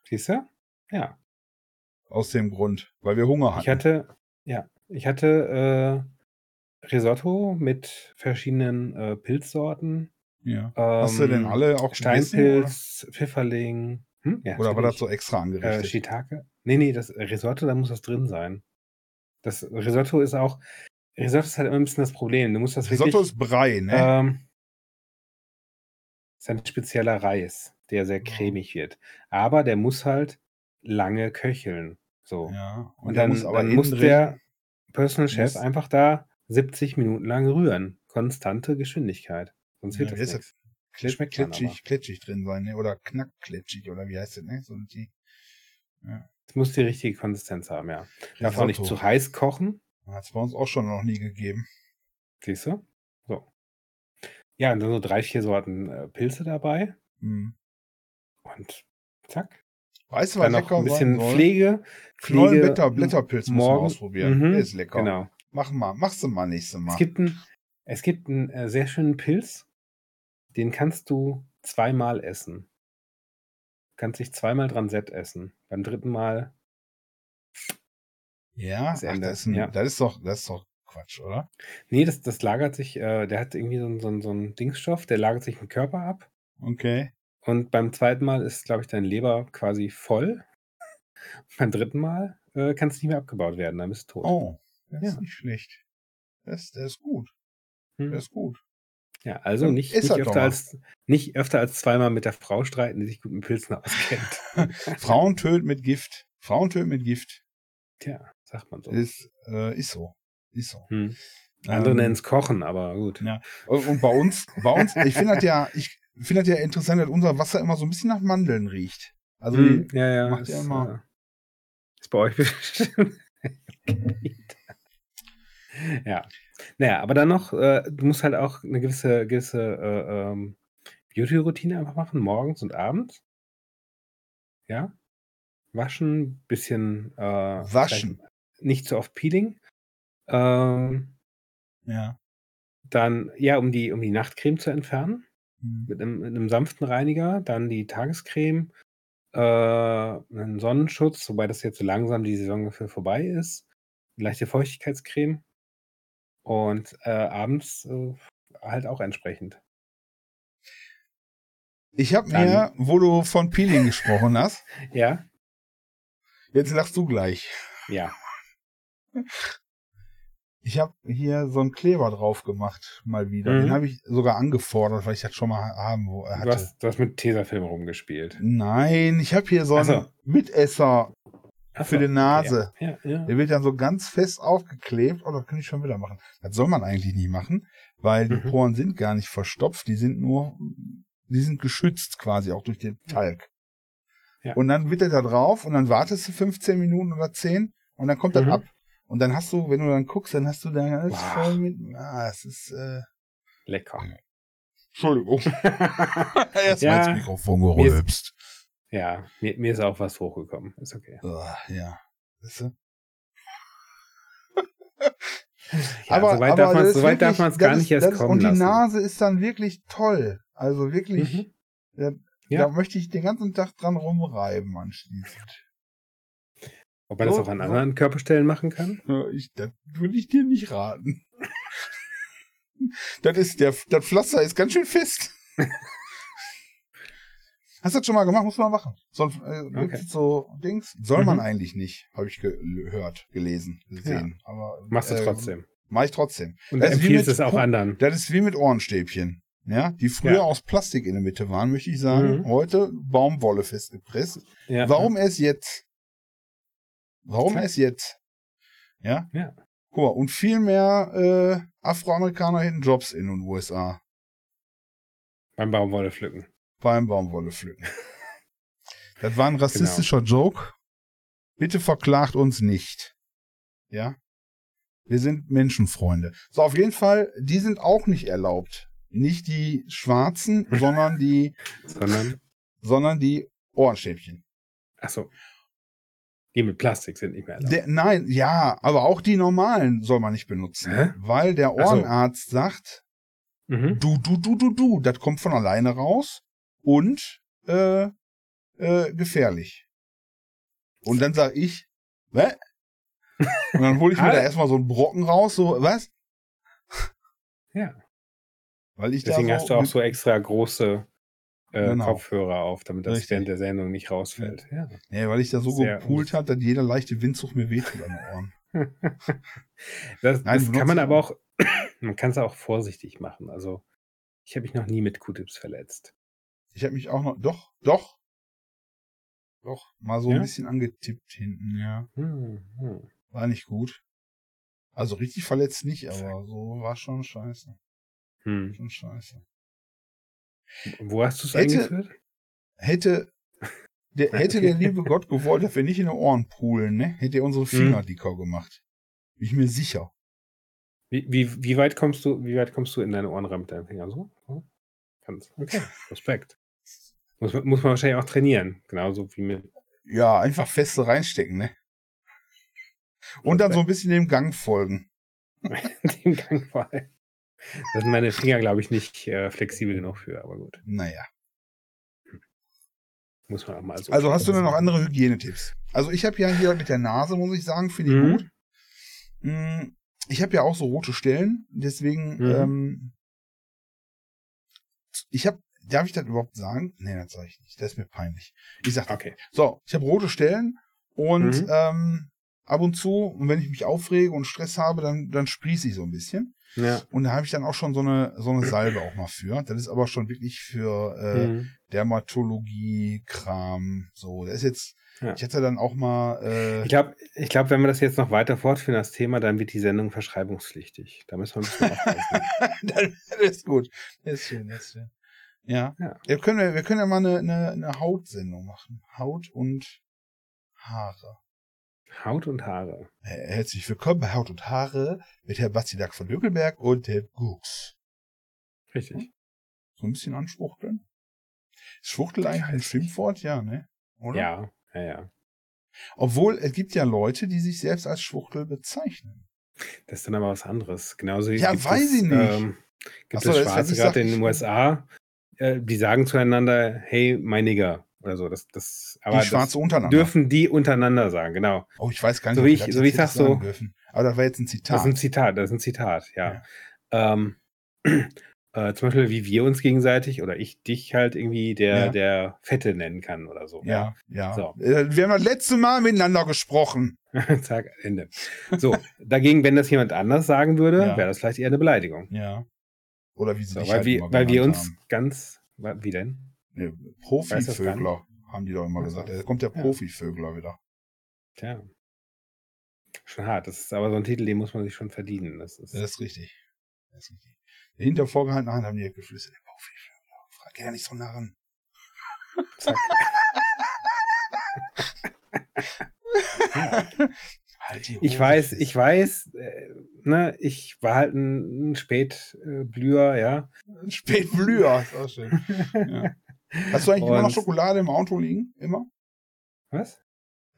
siehst du? Ja. aus dem Grund, weil wir Hunger hatten. Ich hatte, ja, ich hatte äh, Risotto mit verschiedenen äh, Pilzsorten. ja. Hast du ähm, denn alle auch gegessen? Oder, Steinpilz, Pfifferling. Hm? Ja, oder war das natürlich. so extra äh, angerichtet? Shiitake? Nee, nee, das Risotto, da muss das drin sein. Das Risotto ist auch. Risotto ist halt immer ein bisschen das Problem. Du musst das wirklich. Risotto ist Brei, ne? ähm, ist ein spezieller Reis, der sehr Ja. cremig wird. Aber der muss halt lange köcheln. So. ja. Und, dann, muss, dann muss innen der Personal Chef muss- einfach da 70 Minuten lang rühren. Konstante Geschwindigkeit. Sonst wird Ja, das ist nichts. klitsch- schmeckt dann klitschig, aber. klitschig drin sein, ne? Oder knackklitschig, oder wie heißt das, ne? So ein die- Es muss die richtige Konsistenz haben, ja. Darf auch nicht Risotto. zu heiß kochen, Hat's bei uns auch schon noch nie gegeben. siehst du? So. Ja, und dann so drei, vier Sorten äh, Pilze dabei Hm. und zack. Weißt du, was Dann noch lecker ein bisschen sein soll? Pflege. Pflege Knollenblätter, Blätterpilz muss man morgen- ausprobieren. Mhm, Der ist lecker. Genau. Mach mal, machst du mal nächstes Mal. Es gibt einen, es gibt einen äh, sehr schönen Pilz, den kannst du zweimal essen. Du kannst dich zweimal dran set essen. Beim dritten Mal, ja, das ach, Ende. das, ist ein, Ja. das ist doch, das ist doch Quatsch, oder? nee, das, das lagert sich, äh, der hat irgendwie so, einen- so, einen- so einen Dingsstoff, der lagert sich im Körper ab. Okay. Und beim zweiten Mal ist, glaube ich, dein Leber quasi voll. Beim dritten Mal äh, kann es nicht mehr abgebaut werden, dann bist du tot. Oh, das ist Ja. nicht schlecht. Das, das ist gut. Hm. Das ist gut. ja, also dann nicht, ist halt nicht, er doch öfter mal. als, nicht öfter als zweimal mit der Frau streiten, die sich gut mit Pilzen auskennt. Frauen töten mit Gift. Frauen töten mit Gift. Tja, sagt man so. Ist, äh, ist so. Ist so. Hm. Andere Ähm, nennen es Kochen, aber gut. ja. Und und bei uns, bei uns, ich finde das ja, ich finde das ja interessant, dass unser Wasser immer so ein bisschen nach Mandeln riecht. Also, Hm, ja, ja. macht Ist, ja immer- äh, ist bei euch bestimmt. ja. Naja, aber dann noch, äh, du musst halt auch eine gewisse, gewisse äh, ähm, Beauty-Routine einfach machen, morgens und abends. Ja. Waschen, bisschen äh, Waschen. vielleicht Nicht so oft Peeling. Ähm, Ja. dann, ja, um die, um die Nachtcreme zu entfernen. mit einem, mit einem sanften Reiniger, dann die Tagescreme, äh, einen Sonnenschutz, wobei das jetzt so langsam die Saison ungefähr vorbei ist, eine leichte Feuchtigkeitscreme und äh, abends äh, halt auch entsprechend. Ich habe mir, wo du von Peeling gesprochen hast, Ja, jetzt lachst du gleich. ja. Ich habe hier so einen Kleber drauf gemacht, mal wieder. Mhm. Den habe ich sogar angefordert, weil ich das schon mal haben wo- äh, Du hatte. hast, du hast mit Tesafilm rumgespielt. Nein, ich habe hier so einen Ach so. Mitesser. Ach Für so, die Nase. Ja, ja. ja. Der wird dann so ganz fest aufgeklebt. Oh, das kann ich schon wieder machen. Das soll man eigentlich nicht machen, weil die Mhm. Poren sind gar nicht verstopft. Die sind nur, die sind geschützt quasi auch durch den Talg. Ja. Und dann wird der da drauf und dann wartest du 15 Minuten oder 10 und dann kommt das Mhm. ab. Und dann hast du, wenn du dann guckst, dann hast du dann alles Boah. voll mit. Ah, es ist. Äh, Lecker. Entschuldigung. Erst Ja. mal ins Mikrofon gerülpst. Ja, mir, mir ist auch was hochgekommen. Ist okay. Ah, ja. Weißt du? Ja, aber, soweit darf man das es ist soweit darf wirklich- man's das gar ist- nicht erst das ist- kommen Und die lassen. Nase ist dann wirklich toll. Also wirklich, Mhm. ja. da möchte ich den ganzen Tag dran rumreiben anschließend. Ob man das So, auch an so. anderen Körperstellen machen kann? Ja, Ich, das würde ich dir nicht raten. das ist der, das Pflaster ist ganz schön fest. Hast du das schon mal gemacht? Muss man machen. So, ein- äh, Okay. gibt's so Dings soll man Mhm. eigentlich nicht, habe ich gehört, gelesen, gesehen. Aber Machst du äh, trotzdem. Mach ich trotzdem. Und das ist also wie empfiehlst mit es auch Pu- anderen. Das ist wie mit Ohrenstäbchen. Ja, die früher Ja. aus Plastik in der Mitte waren, möchte ich sagen. Mhm. Heute Baumwolle festgepresst. Ja. Warum erst jetzt? Warum Zack. erst jetzt? Ja? Ja. Guck mal, und viel mehr äh, Afroamerikaner hätten Jobs in den USA Beim Baumwolle pflücken. beim Baumwolle pflücken. das Genau. war ein rassistischer Joke. Bitte verklagt uns nicht. Ja? Wir sind Menschenfreunde. So, auf jeden Fall, die sind auch nicht erlaubt. Nicht die Schwarzen, sondern die, Sondern, sondern die Ohrenstäbchen. achso. Die mit Plastik sind nicht mehr erlaubt. Der, nein, ja, aber auch die normalen soll man nicht benutzen. Hä? Weil der Ach so. Ohrenarzt sagt, Mhm. du, du, du, du, du, das kommt von alleine raus und äh, äh, gefährlich. Und dann sag ich, Wä? Und dann hole ich mir da erstmal so einen Brocken raus, so, was? Ja. Weil ich Deswegen da so, hast du auch so extra große äh, Genau. Kopfhörer auf, damit das Richtig. während der Sendung nicht rausfällt. Ja. nee, weil ich da so Sehr gepult hat, dass jeder leichte Windzug mir wehtut an den Ohren. Das, Nein, das du kann man nutzt- aber auch, man kann es auch vorsichtig machen. Also, ich habe mich noch nie mit Q-Tips verletzt. Ich habe mich auch noch, doch, doch, doch, mal so Ja? ein bisschen angetippt hinten, ja. Hm, hm. War nicht gut. Also richtig verletzt nicht, aber so war schon scheiße. Hm. Schon scheiße. Wo hast du es Hätte- eingeführt? Hätte der, hätte der liebe Gott gewollt, dass wir nicht in den Ohren poolen, ne? Hätte er unsere Finger dicker gemacht. Bin ich mir sicher. Wie, wie, wie weit kommst du, wie weit kommst du in deine Ohrenrahmen mit deinen Fingern? So? So? Ganz. Okay. Respekt. Muss, man- muss man wahrscheinlich auch trainieren. Genauso wie mit. Ja, einfach feste reinstecken, ne? Und dann so ein bisschen dem Gang folgen. dem Gang vor allem. Da sind meine Finger, glaube ich, nicht äh, flexibel genug für, aber gut. Naja. Muss man auch mal so. Also hast du denn noch andere Hygienetipps? Also ich habe ja hier mit der Nase, muss ich sagen, finde ich Mhm. gut. Mm, Ich habe ja auch so rote Stellen, deswegen, Mhm. ähm, ich habe, darf ich das überhaupt sagen? Nee, das sage ich nicht. Das ist mir peinlich. Ich sag, Okay. so, ich habe rote Stellen und Mhm. ähm, ab und zu, und wenn ich mich aufrege und Stress habe, dann, dann sprieße ich so ein bisschen. Ja. Und da habe ich dann auch schon so eine, so eine Salbe auch mal für. Das ist aber schon wirklich für äh, Mhm. Dermatologie-Kram. So, das ist jetzt. Ja. Ich hätte dann auch mal. Äh, Ich glaube, ich glaub, wenn wir das jetzt noch weiter fortführen, das Thema, dann wird die Sendung verschreibungspflichtig. Da müssen wir ein bisschen aufpassen. das ist gut. Das ist schön, das ist schön. Ja. Ja. ja können wir, wir können ja mal eine, eine, eine Hautsendung machen. Haut und Haare. Haut und Haare. Herzlich willkommen bei Haut und Haare mit Herrn Bastidak von Dögelberg und Herrn Gux. Richtig. So ein bisschen anschwuchteln. Ist Schwuchtel eigentlich ein weiß Schimpfwort? Ja, ne? Oder? Ja, ja, ja. Obwohl, es gibt ja Leute, die sich selbst als Schwuchtel bezeichnen. Das ist dann aber was anderes. Genauso wie Ja, gibt weiß es, ich nicht. Ähm, gibt Ach so, es das hab Schwarze ich gerade in gesagt. den USA, äh, die sagen zueinander, hey, mein Nigger. Oder so. Das, das, aber die das Schwarze untereinander. dürfen die untereinander sagen, genau. oh, ich weiß gar nicht, So ob wie wir ich- das so wie ich jetzt sag, hätte sagen so- dürfen. Aber das war jetzt ein Das Zitat. ist ein Zitat, das ist ein Zitat, ja. Ähm, äh, zum Beispiel, wie wir uns gegenseitig oder ich dich halt irgendwie der, Ja. der Fette nennen kann oder so. ja, ja. So. Äh, Wir haben das letzte Mal miteinander gesprochen. Zack, Ende. So, dagegen, wenn das jemand anders sagen würde, Ja. wäre das vielleicht eher eine Beleidigung. Ja. Oder wie sie So, dich weil, halt wir, immer weil wir genannt uns haben. ganz. wa- Wie denn? Nee, Weiß das gar nicht. Profivögler haben die doch immer Ach gesagt. so. Da kommt der Ja. Profivögler wieder. Tja. Schon hart. Das ist aber so ein Titel, den muss man sich schon verdienen. Das ist, Ja, das ist richtig. Das ist richtig. Hinter vorgehaltener Hand haben die geflüstert. Der Profivögler. Frag geh da nicht so nah ran. zack. Halt die Ich Hose weiß, fest. ich weiß, äh, ne, ich war halt ein, ein Spätblüher, ja. Spätblüher. Ist auch schön. Ja. Hast du eigentlich immer Und- noch Schokolade im Auto liegen? Immer? Was?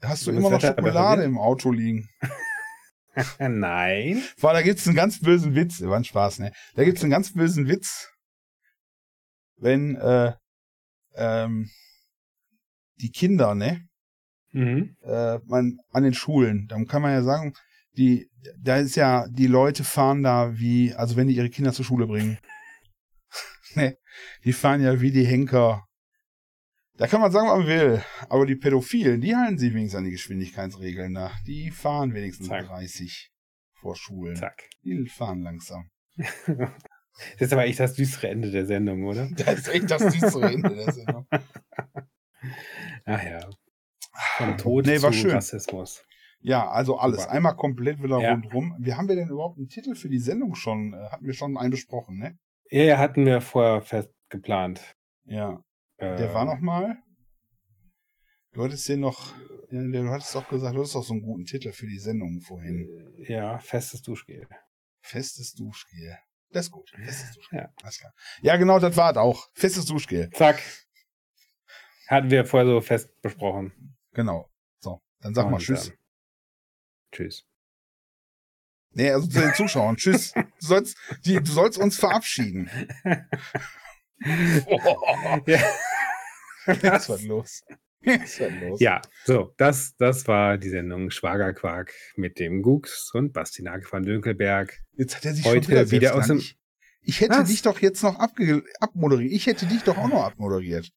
Hast du Du immer noch musst ja reparieren. Schokolade im Auto liegen? Äh, Nein. Boah, da gibt's einen ganz bösen Witz. War ein Spaß, ne? Da gibt's einen ganz bösen Witz, wenn äh, ähm, die Kinder, ne? Mhm. Äh, man an den Schulen, dann kann man ja sagen, die, da ist ja, die Leute fahren da wie, also wenn die ihre Kinder zur Schule bringen, ne? Die fahren ja wie die Henker. Da kann man sagen, was man will. Aber die Pädophilen, die halten sich wenigstens an die Geschwindigkeitsregeln da. Die fahren wenigstens Zack. 30 vor Schulen. Zack. Die fahren langsam. Das ist aber echt das düstere Ende der Sendung, oder? Das ist echt das düstere Ende der Sendung. Ach ja. Vom Tod Ah, Nee, zu war schön. Rassismus. Ja, also alles. Super. Einmal komplett wieder Ja. rundrum. Wie haben wir denn überhaupt einen Titel für die Sendung schon? Äh, Hatten wir schon einen besprochen, ne? Ja, ja, hatten wir vorher fest geplant. Ja. Äh, Der war noch mal. Du hattest den noch. ja, Du hattest doch gesagt, du hattest doch so einen guten Titel für die Sendung vorhin. Ähm, Ja, festes Duschgel. Festes Duschgel. Das ist gut. Festes Duschgel. Ja. Alles klar. Ja, genau, das war es auch. Festes Duschgel. Zack. Hatten wir vorher so fest besprochen. Genau. So, dann sag mal Und, Tschüss. ähm, tschüss. Nee, also zu den Zuschauern. Tschüss. Du sollst, die, du sollst uns verabschieden. Ja. Jetzt was los. Jetzt was los. Ja, so, das, das war die Sendung Schwagerquark mit dem Gux und Basti Nagel von Dünkelberg. Jetzt hat er sich Heute schon wieder, wieder selbst aus dran. dem- Ich- Ich hätte Was? dich doch jetzt noch abge abmoderiert. Ich hätte dich doch auch noch abmoderiert.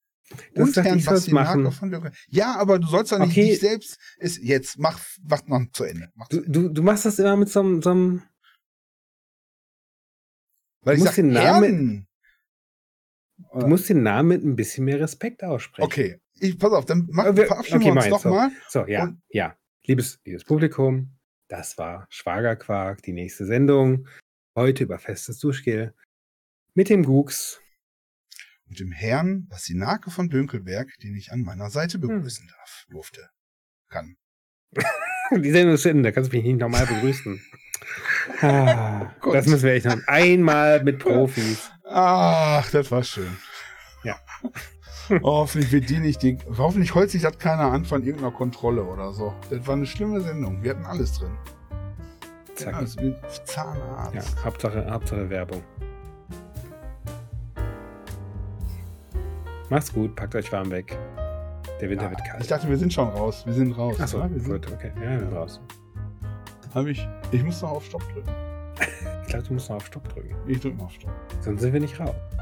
Das Und dachte Herrn ich, soll's Bastinako machen. von Lücke. Ja, aber du sollst doch nicht Okay. dich selbst. Ist, jetzt mach, mach noch zu Ende. Mach, Du, du, du machst das immer mit so einem, so einem weil ich musst sag, den Namen- Herrn. du musst den Namen mit ein bisschen mehr Respekt aussprechen. Okay, ich, pass auf, dann mach, Äh, wir- verabschieden okay, wir uns mach doch jetzt, so. mal. So, ja, Und- ja. Liebes, liebes Publikum, das war Schwagerquark, die nächste Sendung. Heute über festes Duschgel mit dem Gux. Mit dem Herrn Bastinake von Dönkelberg, den ich an meiner Seite Hm. begrüßen darf, durfte. Kann. Die Sendung ist zu Ende, da kannst du mich nicht nochmal begrüßen. Ah, Gut. das müssen wir echt noch einmal mit Profis. Ach, das war schön. Ja. hoffentlich wird die nicht die. Hoffentlich heult sich das keiner an von irgendeiner Kontrolle oder so. Das war eine schlimme Sendung. Wir hatten alles drin. Zack. Alles mit Zahnarzt. Ja, Hauptsache, Hauptsache Werbung. Macht's gut, packt euch warm weg. Der Winter wird Ich kalt. dachte, wir sind schon raus. Wir sind raus. Achso, Ja, wir sind, gut, okay. Ja, wir sind raus. hab ich, ich muss noch auf Stopp drücken. Ich glaube, du musst noch auf Stopp drücken. Ich drücke mal auf Stopp. Sonst sind wir nicht raus.